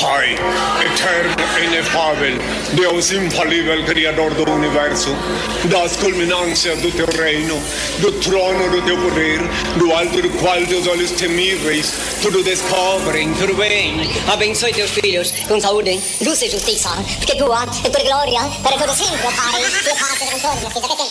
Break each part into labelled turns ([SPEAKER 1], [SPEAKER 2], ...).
[SPEAKER 1] Pai, eterno, inefável, Deus infalível, Criador do Universo, das culminâncias do teu reino, do trono do teu poder, do alto do qual teus olhos temíveis tudo descobrem, tudo bem.
[SPEAKER 2] Abençoe teus filhos com saúde.
[SPEAKER 3] Luz e justiça, porque tua é tua glória, para todo sempre, Pai, e paz e contorno, que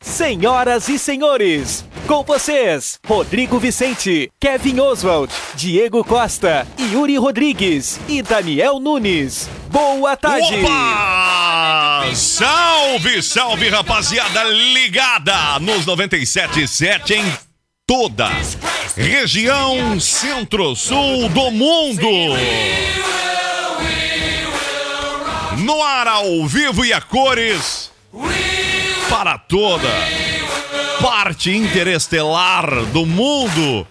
[SPEAKER 4] Senhoras e senhores, com vocês, Rodrigo Vicente, Kevin Oswald, Diego Costa, Yuri Rodrigues e Daniel Nunes. Boa tarde!
[SPEAKER 5] Opa! Salve, salve, rapaziada ligada nos 97.7 em toda região centro-sul do mundo. No ar ao vivo e a cores para toda parte interestelar do mundo.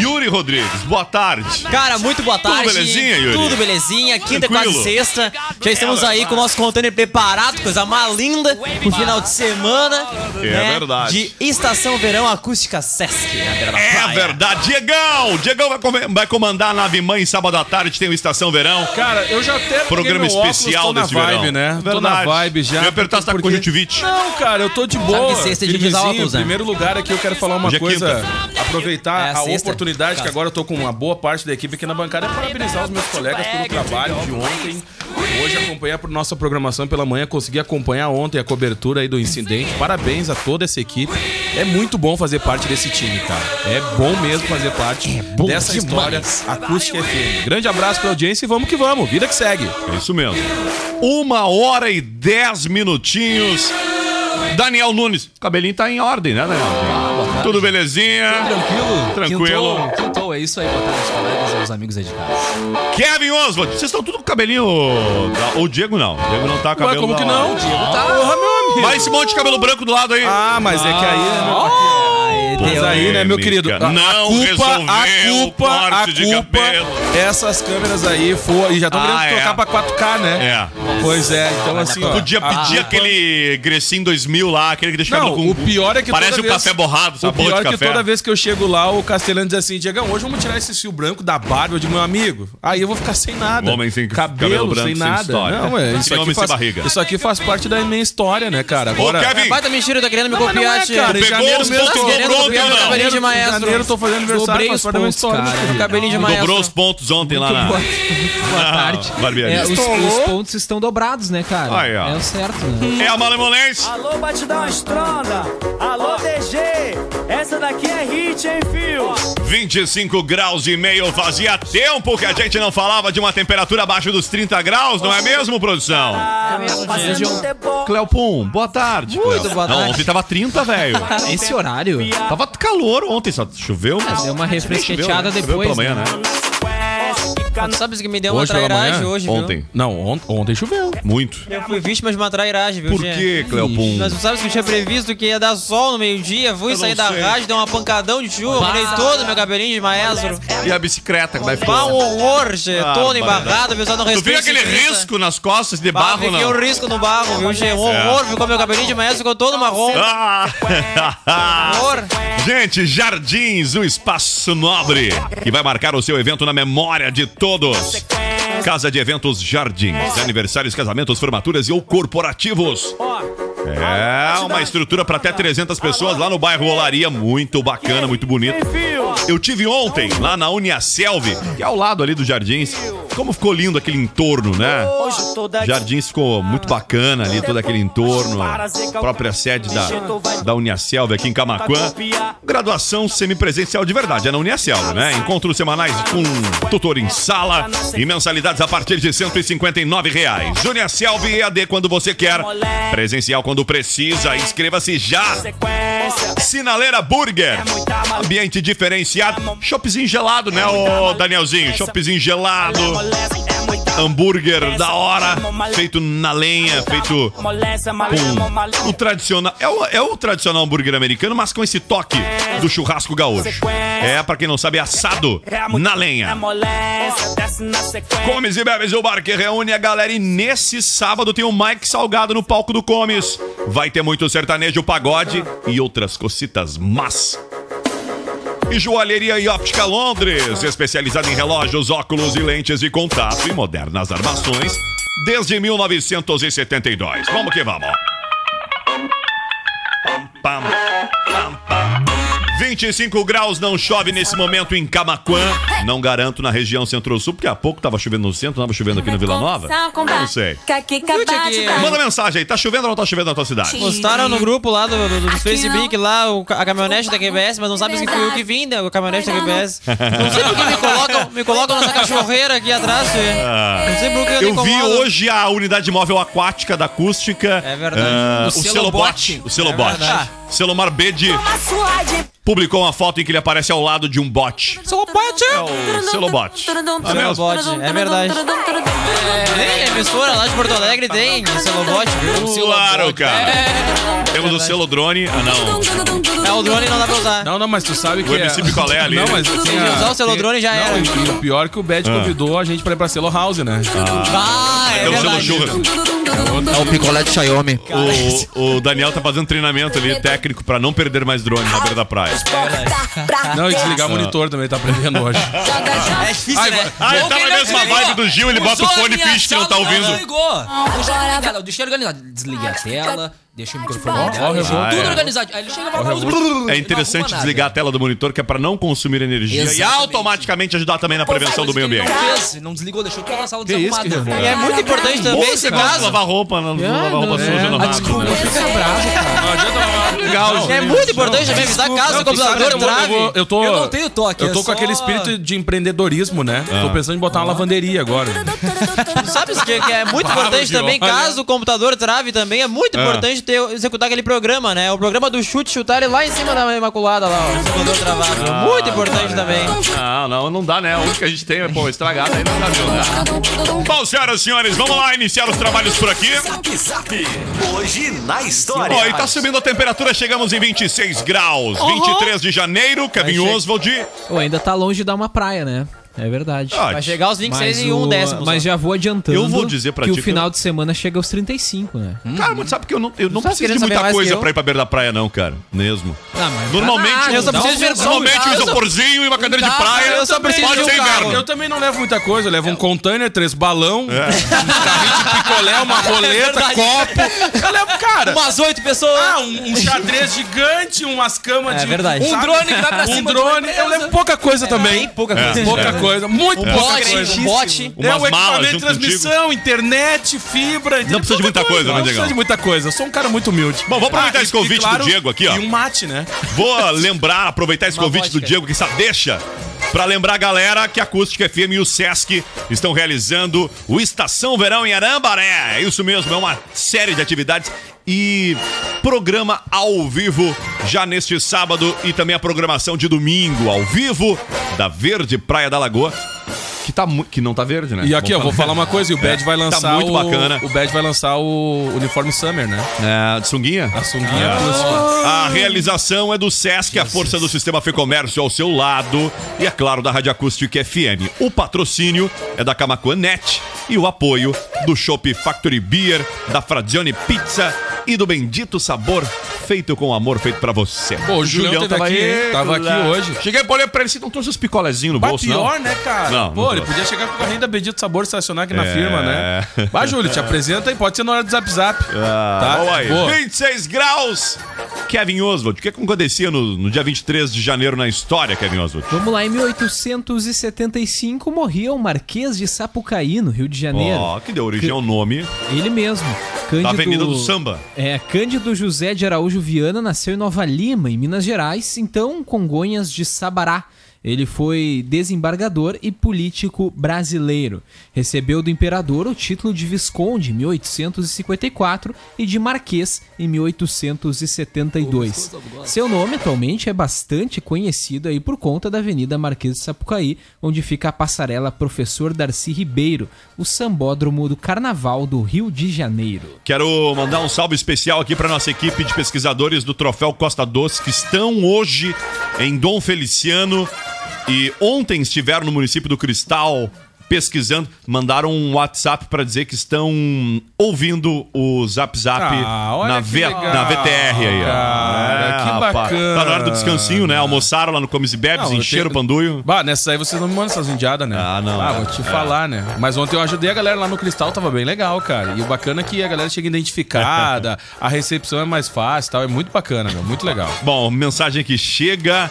[SPEAKER 5] Yuri Rodrigues, boa tarde.
[SPEAKER 6] Cara, muito boa tarde.
[SPEAKER 5] belezinha, Yuri?
[SPEAKER 6] Tudo belezinha. Quinta e
[SPEAKER 5] Tranquilo?
[SPEAKER 6] quase sexta. Já estamos aí com o nosso container preparado, coisa mais linda. Um final de semana. né?
[SPEAKER 5] É verdade.
[SPEAKER 6] De Estação Verão Acústica Sesc. na beira da
[SPEAKER 5] É
[SPEAKER 6] praia.
[SPEAKER 5] verdade, Diegão! Diegão vai, come- vai comandar a nave mãe sábado à tarde, tem o Estação Verão.
[SPEAKER 7] Cara, eu já até peguei
[SPEAKER 5] Programa
[SPEAKER 7] meu óculos,
[SPEAKER 5] especial
[SPEAKER 7] tô na
[SPEAKER 5] desse
[SPEAKER 7] vibe,
[SPEAKER 5] verão.
[SPEAKER 7] né? Tô na
[SPEAKER 5] Verdade.
[SPEAKER 7] vibe já.
[SPEAKER 5] Eu ia perguntar se tá com
[SPEAKER 7] Porque-
[SPEAKER 5] conjuntivite.
[SPEAKER 7] Não, cara, eu tô de boa.
[SPEAKER 6] que sexta é de visar
[SPEAKER 7] Firmezinho,
[SPEAKER 6] óculos, né?
[SPEAKER 7] Primeiro lugar aqui, eu quero falar uma
[SPEAKER 5] Hoje é
[SPEAKER 7] coisa.
[SPEAKER 5] quinta.
[SPEAKER 6] É
[SPEAKER 7] Aproveitar
[SPEAKER 6] a
[SPEAKER 7] a,
[SPEAKER 6] sexta?
[SPEAKER 7] oportunidade que agora eu tô com uma boa parte da equipe aqui na bancada e parabenizar os meus colegas pelo trabalho de ontem. Hoje acompanhar por nossa programação pela manhã, consegui acompanhar ontem a cobertura aí do incidente. Parabéns a toda essa equipe. É muito bom fazer parte desse time, cara. É bom mesmo fazer parte dessa história acústica FM. Grande abraço pra audiência e vamos que vamos. Vida que segue.
[SPEAKER 5] É isso mesmo. Uma hora e dez minutinhos. Daniel Nunes, o cabelinho tá em ordem, né, Daniel? Tudo belezinha?
[SPEAKER 6] Tranquilo?
[SPEAKER 5] Tranquilo.
[SPEAKER 6] Quintou, quintou, é isso aí. Boa tarde, colegas e os amigos aí de casa.
[SPEAKER 5] Kevin Oswald, vocês estão tudo com o cabelinho. da- O Diego não. O Diego não tá com o
[SPEAKER 7] Ué,
[SPEAKER 5] cabelo.
[SPEAKER 7] como
[SPEAKER 5] da
[SPEAKER 7] que
[SPEAKER 5] hora.
[SPEAKER 7] não? Tá. Porra, meu amigo.
[SPEAKER 5] Vai esse monte de cabelo branco do lado aí.
[SPEAKER 7] Ah, mas é que aí.
[SPEAKER 6] Aí,
[SPEAKER 5] Pô,
[SPEAKER 7] Mas
[SPEAKER 6] deu.
[SPEAKER 7] aí, né, meu querido? a-
[SPEAKER 5] Não resolveu o corte de cabelo.
[SPEAKER 7] essas câmeras aí foi, e já estão
[SPEAKER 5] Ah,
[SPEAKER 7] querendo
[SPEAKER 5] é.
[SPEAKER 7] trocar pra 4K, né?
[SPEAKER 5] É.
[SPEAKER 7] Pois é, então assim, ó.
[SPEAKER 5] Podia pedir aquele Grecinho 2000 lá, aquele que deixa o
[SPEAKER 7] ah. Não,
[SPEAKER 5] cabelo
[SPEAKER 7] o
[SPEAKER 5] com.
[SPEAKER 7] pior é que
[SPEAKER 5] Parece
[SPEAKER 7] toda
[SPEAKER 5] um café borrado,
[SPEAKER 7] O
[SPEAKER 5] sabor
[SPEAKER 7] pior
[SPEAKER 5] de
[SPEAKER 7] é que
[SPEAKER 5] café.
[SPEAKER 7] toda vez que eu chego lá, o Castelhano diz assim, Diego, hoje vamos tirar esse fio branco da barba de meu amigo. Aí eu vou ficar sem nada.
[SPEAKER 5] O Um homem sem
[SPEAKER 7] cabelo,
[SPEAKER 5] cabelo branco,
[SPEAKER 7] sem
[SPEAKER 5] sem
[SPEAKER 7] nada.
[SPEAKER 5] história.
[SPEAKER 7] Não, é, isso
[SPEAKER 5] Sem
[SPEAKER 7] aqui
[SPEAKER 5] homem, sem
[SPEAKER 7] faz,
[SPEAKER 5] barriga.
[SPEAKER 7] Isso aqui faz parte da minha história, né, cara?
[SPEAKER 5] Ô,
[SPEAKER 7] Agora,
[SPEAKER 5] Kevin!
[SPEAKER 6] Baita mentira, tá querendo me
[SPEAKER 7] mas não
[SPEAKER 6] copiar,
[SPEAKER 7] é,
[SPEAKER 6] tia.
[SPEAKER 7] cara, em
[SPEAKER 5] pegou
[SPEAKER 7] janeiro
[SPEAKER 5] os
[SPEAKER 7] mesmo
[SPEAKER 5] pontos,
[SPEAKER 7] tô
[SPEAKER 6] querendo
[SPEAKER 5] dobrou,
[SPEAKER 6] copiar
[SPEAKER 5] não,
[SPEAKER 6] meu
[SPEAKER 5] não.
[SPEAKER 6] cabelinho de
[SPEAKER 7] Em
[SPEAKER 6] maestro.
[SPEAKER 7] janeiro eu tô fazendo aniversário,
[SPEAKER 6] Dobrei
[SPEAKER 7] faz
[SPEAKER 6] os
[SPEAKER 7] parte da minha
[SPEAKER 6] pontos,
[SPEAKER 7] história. né?
[SPEAKER 6] cara. Cabelinho de maestro.
[SPEAKER 5] Dobrou os pontos ontem lá na.
[SPEAKER 6] Boa tarde.
[SPEAKER 5] Ah, barbearia.
[SPEAKER 6] É, os,
[SPEAKER 7] Estourou.
[SPEAKER 6] os pontos estão dobrados, né, cara?
[SPEAKER 5] Aí, ó.
[SPEAKER 6] É o certo, né?
[SPEAKER 5] É a Malemolência.
[SPEAKER 4] Alô, batidão estrona! Alô, DG! Essa daqui é hit, hein, fio?
[SPEAKER 5] 25 graus e meio. Fazia tempo que a gente não falava de uma temperatura abaixo dos 30 graus, não é mesmo, produção?
[SPEAKER 8] é
[SPEAKER 5] Cleopum, boa tarde.
[SPEAKER 6] Muito
[SPEAKER 5] Cleo.
[SPEAKER 6] boa
[SPEAKER 5] não,
[SPEAKER 6] tarde.
[SPEAKER 5] ontem tava 30, velho.
[SPEAKER 6] Esse horário.
[SPEAKER 5] tava calor ontem, só choveu. mas-
[SPEAKER 6] deu uma refresqueteada
[SPEAKER 5] Choveu, né? Choveu
[SPEAKER 6] depois,
[SPEAKER 5] pela manhã, né?
[SPEAKER 6] né? Tu sabes que me deu uma
[SPEAKER 7] Hoje pela
[SPEAKER 6] trairagem
[SPEAKER 7] manhã?
[SPEAKER 6] hoje, viu?
[SPEAKER 5] Ontem.
[SPEAKER 7] Não, on- ontem choveu.
[SPEAKER 5] Muito.
[SPEAKER 6] Eu fui vítima de uma trairagem, viu,
[SPEAKER 5] Por
[SPEAKER 6] Gê?
[SPEAKER 5] que, Cleopum?
[SPEAKER 6] Mas tu sabes que eu tinha é previsto que ia dar sol no meio-dia, fui
[SPEAKER 5] Eu
[SPEAKER 6] sair
[SPEAKER 5] não
[SPEAKER 6] da
[SPEAKER 5] sei.
[SPEAKER 6] rádio, deu uma pancadão de chuva, molhei todo meu cabelinho de maestro.
[SPEAKER 5] E a bicicleta que vai
[SPEAKER 6] Pá, um
[SPEAKER 5] ficar.
[SPEAKER 6] horror, Gê.
[SPEAKER 5] Ah,
[SPEAKER 6] Todo
[SPEAKER 5] barbaridade.
[SPEAKER 6] embarrado, o pessoal não
[SPEAKER 5] Tu
[SPEAKER 6] respeita.
[SPEAKER 5] viu aquele
[SPEAKER 6] ciclista.
[SPEAKER 5] risco nas costas de
[SPEAKER 6] Bah,
[SPEAKER 5] barro,
[SPEAKER 6] fiquei um
[SPEAKER 5] não? É.
[SPEAKER 6] risco no barro, viu, Gê? Um horror, ficou meu cabelinho de maestro, ficou todo marrom.
[SPEAKER 5] Ah!
[SPEAKER 6] Horror.
[SPEAKER 5] Gente, Jardins, o espaço nobre que vai marcar o seu evento na memória de todos. Casa de Eventos Jardins, aniversários, casamentos, formaturas e ou corporativos. É uma estrutura para até 300 pessoas lá no bairro Olaria, muito bacana, muito bonito. Eu tive ontem lá na Uniaselv, que é ao lado ali dos Jardins. Como ficou lindo aquele entorno, né? Jardins ficou muito bacana ali, todo aquele entorno. A própria sede da, da Uniaselv aqui em Camaquã. Graduação semipresencial de verdade, é na Uniaselv, né? Encontros semanais com tutor em sala e mensalidades a partir de R$ 159 reais. Uniaselv EAD quando você quer, presencial quando quando precisa. Inscreva-se já! Sinaleira Burger. Ambiente diferenciado. Shoppingzinho gelado, né, ô Danielzinho? Shoppingzinho gelado.
[SPEAKER 8] é
[SPEAKER 5] Hambúrguer da hora.
[SPEAKER 9] é
[SPEAKER 5] Feito na lenha,
[SPEAKER 8] é
[SPEAKER 5] feito com o tradicional. É o, é o tradicional hambúrguer americano, mas com esse toque do churrasco gaúcho. É, pra quem não sabe, assado
[SPEAKER 9] É
[SPEAKER 8] É
[SPEAKER 5] na lenha. Comes e Bebes, o bar que reúne a galera. E nesse sábado tem o Mike Salgado no palco do Comes. Vai ter muito sertanejo, pagode e outras cocitas mas. E Joalheria e Óptica Londres, especializada em relógios, óculos e lentes de contato e modernas armações desde 1972. Vamos que vamos. Pam, pam, pam, pam. 25 graus, não chove nesse momento em Camaquã. Não garanto na região centro-sul, porque há pouco tava chovendo no centro, tava chovendo aqui no Vila Nova. Não sei. Manda mensagem aí, tá chovendo ou não tá chovendo na tua cidade?
[SPEAKER 6] Postaram no grupo lá do, do, do Facebook, lá, o, ca- a caminhonete da QBS, mas não sabe se foi eu que vim, né, o caminhonete da QBS. Não sei porque me colocam, me colocam nessa cachorreira aqui atrás, tchê.
[SPEAKER 5] Ah.
[SPEAKER 6] não sei porque eu, me
[SPEAKER 5] Eu vi
[SPEAKER 6] incomodo.
[SPEAKER 5] hoje a unidade móvel aquática da acústica.
[SPEAKER 6] É verdade.
[SPEAKER 5] ah,
[SPEAKER 6] O
[SPEAKER 5] o
[SPEAKER 6] Celobot.
[SPEAKER 5] Celobot. O Celobot.
[SPEAKER 6] É verdade.
[SPEAKER 5] Celomar Bede publicou uma foto em que ele aparece ao lado de um bot.
[SPEAKER 6] Celobot!
[SPEAKER 5] É o Celobot. Ah, mesmo?
[SPEAKER 6] Celobot, é verdade. Tem emissora lá de Porto Alegre, tem Celobot,
[SPEAKER 8] um
[SPEAKER 5] um
[SPEAKER 6] viu?
[SPEAKER 5] Claro, cara. Temos o Celodrone. Ah, não.
[SPEAKER 6] É, o drone não dá pra usar.
[SPEAKER 7] Não, não, mas tu sabe que. é-
[SPEAKER 5] MC Picolé ali.
[SPEAKER 7] Não, mas
[SPEAKER 6] Se
[SPEAKER 7] tem
[SPEAKER 6] né? usar o celodrone, já era.
[SPEAKER 7] Não, e o pior é que o Bad convidou a gente pra ir pra Selo House, né?
[SPEAKER 6] Ah, é
[SPEAKER 5] É o Selo
[SPEAKER 6] verdade.
[SPEAKER 5] Churras.
[SPEAKER 10] É o picolé de Xiaomi.
[SPEAKER 5] O, o Daniel tá fazendo treinamento ali técnico pra não perder mais drone na beira da praia.
[SPEAKER 7] Não, e desligar o monitor também tá aprendendo hoje.
[SPEAKER 6] É difícil,
[SPEAKER 7] Ai,
[SPEAKER 6] né?
[SPEAKER 5] Ah, ele
[SPEAKER 6] Bom
[SPEAKER 5] tá
[SPEAKER 6] que
[SPEAKER 5] na
[SPEAKER 6] não
[SPEAKER 5] mesma
[SPEAKER 6] desligou.
[SPEAKER 5] vibe do Gil, ele bota
[SPEAKER 6] Usou
[SPEAKER 5] o
[SPEAKER 6] a
[SPEAKER 5] fone e
[SPEAKER 6] é minha
[SPEAKER 5] finge que não tá
[SPEAKER 6] sala,
[SPEAKER 5] ouvindo.
[SPEAKER 6] não ligou.
[SPEAKER 8] Deixa eu organizar, Léo, deixa eu organizar. Desliga a tela, deixa o microfone
[SPEAKER 7] ó,
[SPEAKER 8] ligado, deixa
[SPEAKER 5] remoto. Ah,
[SPEAKER 8] tudo
[SPEAKER 5] é.
[SPEAKER 8] organizado. Aí ele chega e vai
[SPEAKER 5] É interessante desligar a tela do monitor, que é pra não consumir energia e
[SPEAKER 8] Exatamente.
[SPEAKER 5] automaticamente ajudar também na prevenção do meio ambiente.
[SPEAKER 8] Não fez, não desligou, deixou toda a sala
[SPEAKER 7] Que isso, que
[SPEAKER 8] desarrumada.
[SPEAKER 6] E é muito importante também esse
[SPEAKER 5] Não
[SPEAKER 6] caso.
[SPEAKER 5] lavar roupa, não, não lavar roupa suja, não. Ah,
[SPEAKER 8] Desculpa, fica bravo, cara.
[SPEAKER 7] Não adianta lavar. Não,
[SPEAKER 6] É muito importante também avisar caso o
[SPEAKER 7] tu sabe,
[SPEAKER 6] computador
[SPEAKER 7] eu vou- eu vou-
[SPEAKER 6] trave.
[SPEAKER 7] Eu tô,
[SPEAKER 8] Eu não tenho toque,
[SPEAKER 7] Eu
[SPEAKER 8] é
[SPEAKER 7] tô
[SPEAKER 8] só-
[SPEAKER 7] com aquele espírito de empreendedorismo, né?
[SPEAKER 6] Ah.
[SPEAKER 7] Tô pensando em botar uma lavanderia agora.
[SPEAKER 6] Sabe o que, que é muito importante
[SPEAKER 7] Gil,
[SPEAKER 6] também,
[SPEAKER 7] olha.
[SPEAKER 6] caso o computador trave também, é muito importante ter, executar aquele programa, né? O programa do chute chutar ele lá em cima da Imaculada, lá, ó, o computador travado.
[SPEAKER 7] Ah,
[SPEAKER 6] muito importante também.
[SPEAKER 5] Não, não, não dá, né? O único que a gente tem é, pô, estragado, aí não dá, viu? né? Bom, senhoras e senhores, vamos lá iniciar os trabalhos por aqui.
[SPEAKER 10] Zap, zap. Hoje na história.
[SPEAKER 5] Ó, e tá subindo a temperatura, chegamos em 26 graus. 23 de janeiro, Kevin Oswald.
[SPEAKER 11] Ou ainda tá longe de dar uma praia, né? É verdade.
[SPEAKER 5] Ah,
[SPEAKER 6] Vai chegar aos 26
[SPEAKER 11] Mas
[SPEAKER 6] e um
[SPEAKER 11] o-
[SPEAKER 6] décimo.
[SPEAKER 11] Mas já vou adiantando
[SPEAKER 5] Eu vou dizer pra
[SPEAKER 11] que
[SPEAKER 5] ti
[SPEAKER 11] o
[SPEAKER 5] que
[SPEAKER 11] final de semana chega aos 35, né?
[SPEAKER 5] Cara, mas sabe que eu não, eu não
[SPEAKER 6] Só
[SPEAKER 5] preciso de
[SPEAKER 6] querendo saber
[SPEAKER 5] muita
[SPEAKER 6] mais
[SPEAKER 5] coisa
[SPEAKER 6] que eu.
[SPEAKER 5] pra ir pra beira da praia, não, cara. Mesmo.
[SPEAKER 11] Ah, mas
[SPEAKER 5] Normalmente,
[SPEAKER 6] Ah, eu só preciso de um
[SPEAKER 5] normalmente um
[SPEAKER 6] carro.
[SPEAKER 5] isoporzinho e uma cadeira de
[SPEAKER 6] carro,
[SPEAKER 5] praia.
[SPEAKER 6] eu só preciso
[SPEAKER 5] pode
[SPEAKER 6] de um
[SPEAKER 5] ser
[SPEAKER 6] carro.
[SPEAKER 5] inverno. É.
[SPEAKER 7] Eu também não levo muita coisa, eu levo um container, três balão, um carrinho de picolé, uma roleta,
[SPEAKER 6] verdade.
[SPEAKER 7] copo. Eu levo, cara.
[SPEAKER 6] Umas oito pessoas.
[SPEAKER 7] Ah, um, um xadrez gigante, umas camas
[SPEAKER 6] É
[SPEAKER 7] de.
[SPEAKER 6] verdade.
[SPEAKER 7] Um
[SPEAKER 6] Sabe?
[SPEAKER 7] drone que vai pra
[SPEAKER 6] Um
[SPEAKER 7] cima. Um
[SPEAKER 6] drone,
[SPEAKER 7] drone. Eu levo pouca coisa também. É. pouca
[SPEAKER 5] coisa.
[SPEAKER 7] Pouca coisa. Muito
[SPEAKER 6] Um
[SPEAKER 7] pouca
[SPEAKER 6] bote,
[SPEAKER 7] coisa.
[SPEAKER 6] um bote.
[SPEAKER 7] É o
[SPEAKER 5] É. Umas malas
[SPEAKER 7] equipamento de
[SPEAKER 5] junto
[SPEAKER 7] transmissão, internet, fibra.
[SPEAKER 5] Não precisa de muita coisa, né,
[SPEAKER 7] Não
[SPEAKER 5] Diegão?
[SPEAKER 7] precisa de muita coisa. Eu sou um cara muito humilde.
[SPEAKER 5] Bom, vou aproveitar esse
[SPEAKER 7] e-
[SPEAKER 5] convite
[SPEAKER 7] e claro,
[SPEAKER 5] do Diego aqui, ó.
[SPEAKER 7] E um mate, né?
[SPEAKER 5] Vou lembrar, aproveitar esse convite do Diego que sabe, deixa. Pra lembrar a galera que a Acústica FM e o Sesc estão realizando o Estação Verão em Arambaré. É isso mesmo, é uma série de atividades e programa ao vivo já neste sábado e também a programação de domingo ao vivo da Verde Praia da Lagoa, que, tá mu- que não tá verde, né?
[SPEAKER 7] E aqui, ó,
[SPEAKER 5] Vamos
[SPEAKER 7] vou
[SPEAKER 5] falar.
[SPEAKER 7] É, falar uma coisa. E o Bad
[SPEAKER 5] É,
[SPEAKER 7] vai
[SPEAKER 5] tá
[SPEAKER 7] lançar.
[SPEAKER 5] muito
[SPEAKER 7] o,
[SPEAKER 5] bacana.
[SPEAKER 7] O Bad vai lançar o uniforme Summer, né?
[SPEAKER 5] É, de sunguinha?
[SPEAKER 7] A sunguinha.
[SPEAKER 5] A realização é do SESC, a força do Sistema Fê Comércio ao seu lado e, é claro, da Rádio Acústica FM. O patrocínio é da Camacuan Net e o apoio do Shop Factory Beer, da Frazione Pizza e do Bendito Sabor, feito com amor, feito pra você.
[SPEAKER 7] Pô, o Julião teve aqui, tava aqui
[SPEAKER 5] lá.
[SPEAKER 7] hoje.
[SPEAKER 5] Cheguei pra olhar pra ele, se não trouxe os picolezinhos no
[SPEAKER 7] Bah,
[SPEAKER 5] bolso,
[SPEAKER 7] pior,
[SPEAKER 5] não.
[SPEAKER 7] né, cara?
[SPEAKER 5] Não,
[SPEAKER 7] Pô,
[SPEAKER 5] não
[SPEAKER 7] ele
[SPEAKER 5] trouxe.
[SPEAKER 7] podia chegar com o carrinho da Bendito Sabor e estacionar aqui na
[SPEAKER 5] É.
[SPEAKER 7] firma, né? Bah, Júlio, te apresenta aí, pode ser na hora do Zap Zap.
[SPEAKER 5] Ah,
[SPEAKER 7] tá?
[SPEAKER 5] boa aí.
[SPEAKER 7] Boa.
[SPEAKER 5] 26 graus! Kevin Oswald, o que, é que acontecia no, no dia 23 de janeiro na história, Kevin Oswald?
[SPEAKER 11] Vamos lá, em 1875 morria o Marquês de Sapucaí, no Rio de Janeiro.
[SPEAKER 5] Ó, que deu origem ao nome
[SPEAKER 11] Ele mesmo.
[SPEAKER 5] da Avenida do Samba.
[SPEAKER 11] É, Cândido José de Araújo Viana nasceu em Nova Lima, em Minas Gerais, então Congonhas de Sabará. Ele foi desembargador e político brasileiro. Recebeu do imperador o título de Visconde em 1854 e de Marquês em 1872. Seu nome atualmente é bastante conhecido aí por conta da Avenida Marquês de Sapucaí, onde fica a passarela Professor Darcy Ribeiro, o sambódromo do Carnaval do Rio de Janeiro.
[SPEAKER 5] Quero mandar um salve especial aqui para nossa equipe de pesquisadores do Troféu Costa Doce que estão hoje em Dom Feliciano e ontem estiveram no município do Cristal pesquisando, mandaram um WhatsApp para dizer que estão ouvindo o Zap Zap
[SPEAKER 7] Ah, olha
[SPEAKER 5] na,
[SPEAKER 7] que
[SPEAKER 5] V-
[SPEAKER 7] legal,
[SPEAKER 5] na VTR aí. ó.
[SPEAKER 7] cara, que
[SPEAKER 5] rapaz.
[SPEAKER 7] bacana.
[SPEAKER 5] Tá na hora do descansinho, né? Almoçaram lá no Comes e Bebes,
[SPEAKER 7] Não, eu
[SPEAKER 5] encheram
[SPEAKER 7] tenho-
[SPEAKER 5] o panduio.
[SPEAKER 7] Bah, nessa aí vocês não me mandam essas indiadas, né? Ah, não. Ah, vou te falar, né? Mas ontem eu ajudei a galera lá no Cristal, tava bem legal, cara. E o bacana é que a galera chega identificada, a recepção é mais fácil e tal. É muito bacana, meu. Muito legal.
[SPEAKER 5] Bom, mensagem que chega.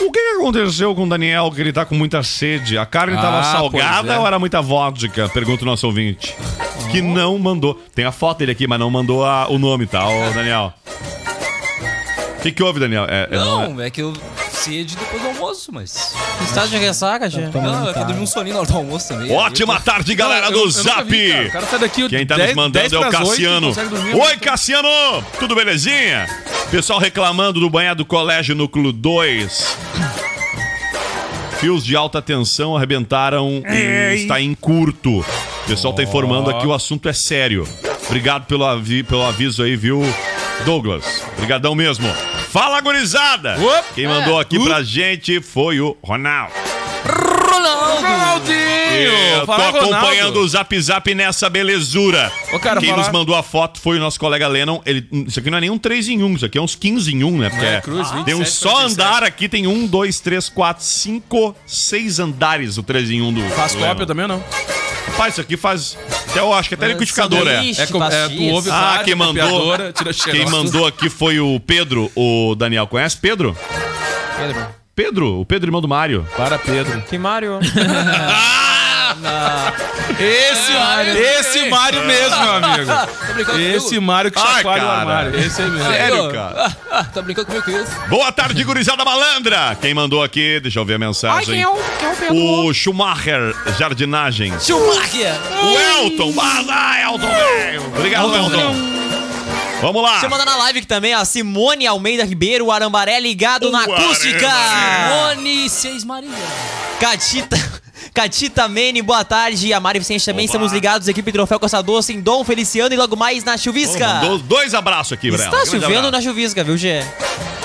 [SPEAKER 5] O que que aconteceu com o Daniel, que ele tá com muita sede? A carne tava
[SPEAKER 7] Ah,
[SPEAKER 5] salgada
[SPEAKER 7] pois é.
[SPEAKER 5] ou era muita vodka? Pergunta o nosso ouvinte. Que não mandou. Tem a foto dele aqui, mas não mandou a- o nome, tá, ô Daniel? O que, que houve, Daniel? É- é- é-
[SPEAKER 8] Não, é que eu sede depois do almoço, mas.
[SPEAKER 7] tá
[SPEAKER 6] Estado de ressaca, tia?
[SPEAKER 8] Não, é que eu dormi um soninho na hora do almoço também. é
[SPEAKER 5] Ótima tarde, galera do Zap! Quem tá nos mandando é o Cassiano.
[SPEAKER 8] né?
[SPEAKER 5] Oi, Cassiano! Tudo belezinha? Pessoal reclamando do banheiro do colégio núcleo 2. Fios de alta tensão arrebentaram e está em curto. O pessoal tá informando aqui, o assunto é sério. Obrigado pelo, avi- pelo aviso aí, viu, Douglas? Obrigadão mesmo. Fala, gurizada! Quem mandou aqui pra gente foi o Ronaldo.
[SPEAKER 8] Ronaldo!
[SPEAKER 5] Eu É, tô
[SPEAKER 7] Fala, Ronaldo.
[SPEAKER 5] acompanhando o Zap Zap nessa belezura.
[SPEAKER 7] cara,
[SPEAKER 5] Quem
[SPEAKER 7] falar-
[SPEAKER 5] nos mandou a foto foi o nosso colega Lennon. Ele, isso aqui não é nem um 3 em 1, isso aqui é uns 15 em 1, né? Porque
[SPEAKER 7] É, cruz, 27,
[SPEAKER 5] tem um só andar aqui, tem um, dois, três, quatro, cinco, seis andares o 3 em 1 do.
[SPEAKER 7] Faz
[SPEAKER 5] do
[SPEAKER 7] cópia
[SPEAKER 5] Lennon.
[SPEAKER 7] também ou não?
[SPEAKER 5] Rapaz, isso aqui faz. Até eu acho que até
[SPEAKER 7] É,
[SPEAKER 5] liquidificador é.
[SPEAKER 7] sanduíche, É com- é, pastis. tu ouve
[SPEAKER 5] ah,
[SPEAKER 7] rádio,
[SPEAKER 5] quem mandou.
[SPEAKER 7] copiadora, tira xerox.
[SPEAKER 5] Quem mandou aqui foi o Pedro, o Daniel. Conhece Pedro?
[SPEAKER 6] Pedro.
[SPEAKER 5] Pedro, o Pedro irmão do Mário. Ah!
[SPEAKER 7] Para, Pedro.
[SPEAKER 6] Que Mário?
[SPEAKER 7] Esse
[SPEAKER 8] É,
[SPEAKER 7] Mário, esse Mário mesmo, meu amigo.
[SPEAKER 8] Tá brincando
[SPEAKER 7] Esse
[SPEAKER 8] comigo?
[SPEAKER 7] Mário que
[SPEAKER 8] é. Ai,
[SPEAKER 7] chacoalha o
[SPEAKER 5] cara.
[SPEAKER 7] armário. Esse aí mesmo.
[SPEAKER 5] Sério, cara?
[SPEAKER 8] Ah, tá brincando comigo com isso?
[SPEAKER 5] Boa tarde, gurizada malandra! Quem mandou aqui, deixa eu ver a mensagem.
[SPEAKER 6] é
[SPEAKER 5] O Schumacher Jardinagem.
[SPEAKER 8] Schumacher!
[SPEAKER 5] O Elton! Vai lá, Elton! velho. Obrigado, Elton! Vamos lá!
[SPEAKER 6] Você manda na live aqui também, a Simone Almeida Ribeiro, o Arambaré ligado na acústica.
[SPEAKER 8] Simone Seis Maria.
[SPEAKER 6] Catita. Catita Mene, boa tarde. A Mari Vicente também, estamos ligados. Equipe Troféu Costa Doce em Dom Feliciano e logo mais na Chuvisca.
[SPEAKER 5] Mandou dois abraços aqui, Breno.
[SPEAKER 6] Está chovendo na Chuvisca, viu, Gê?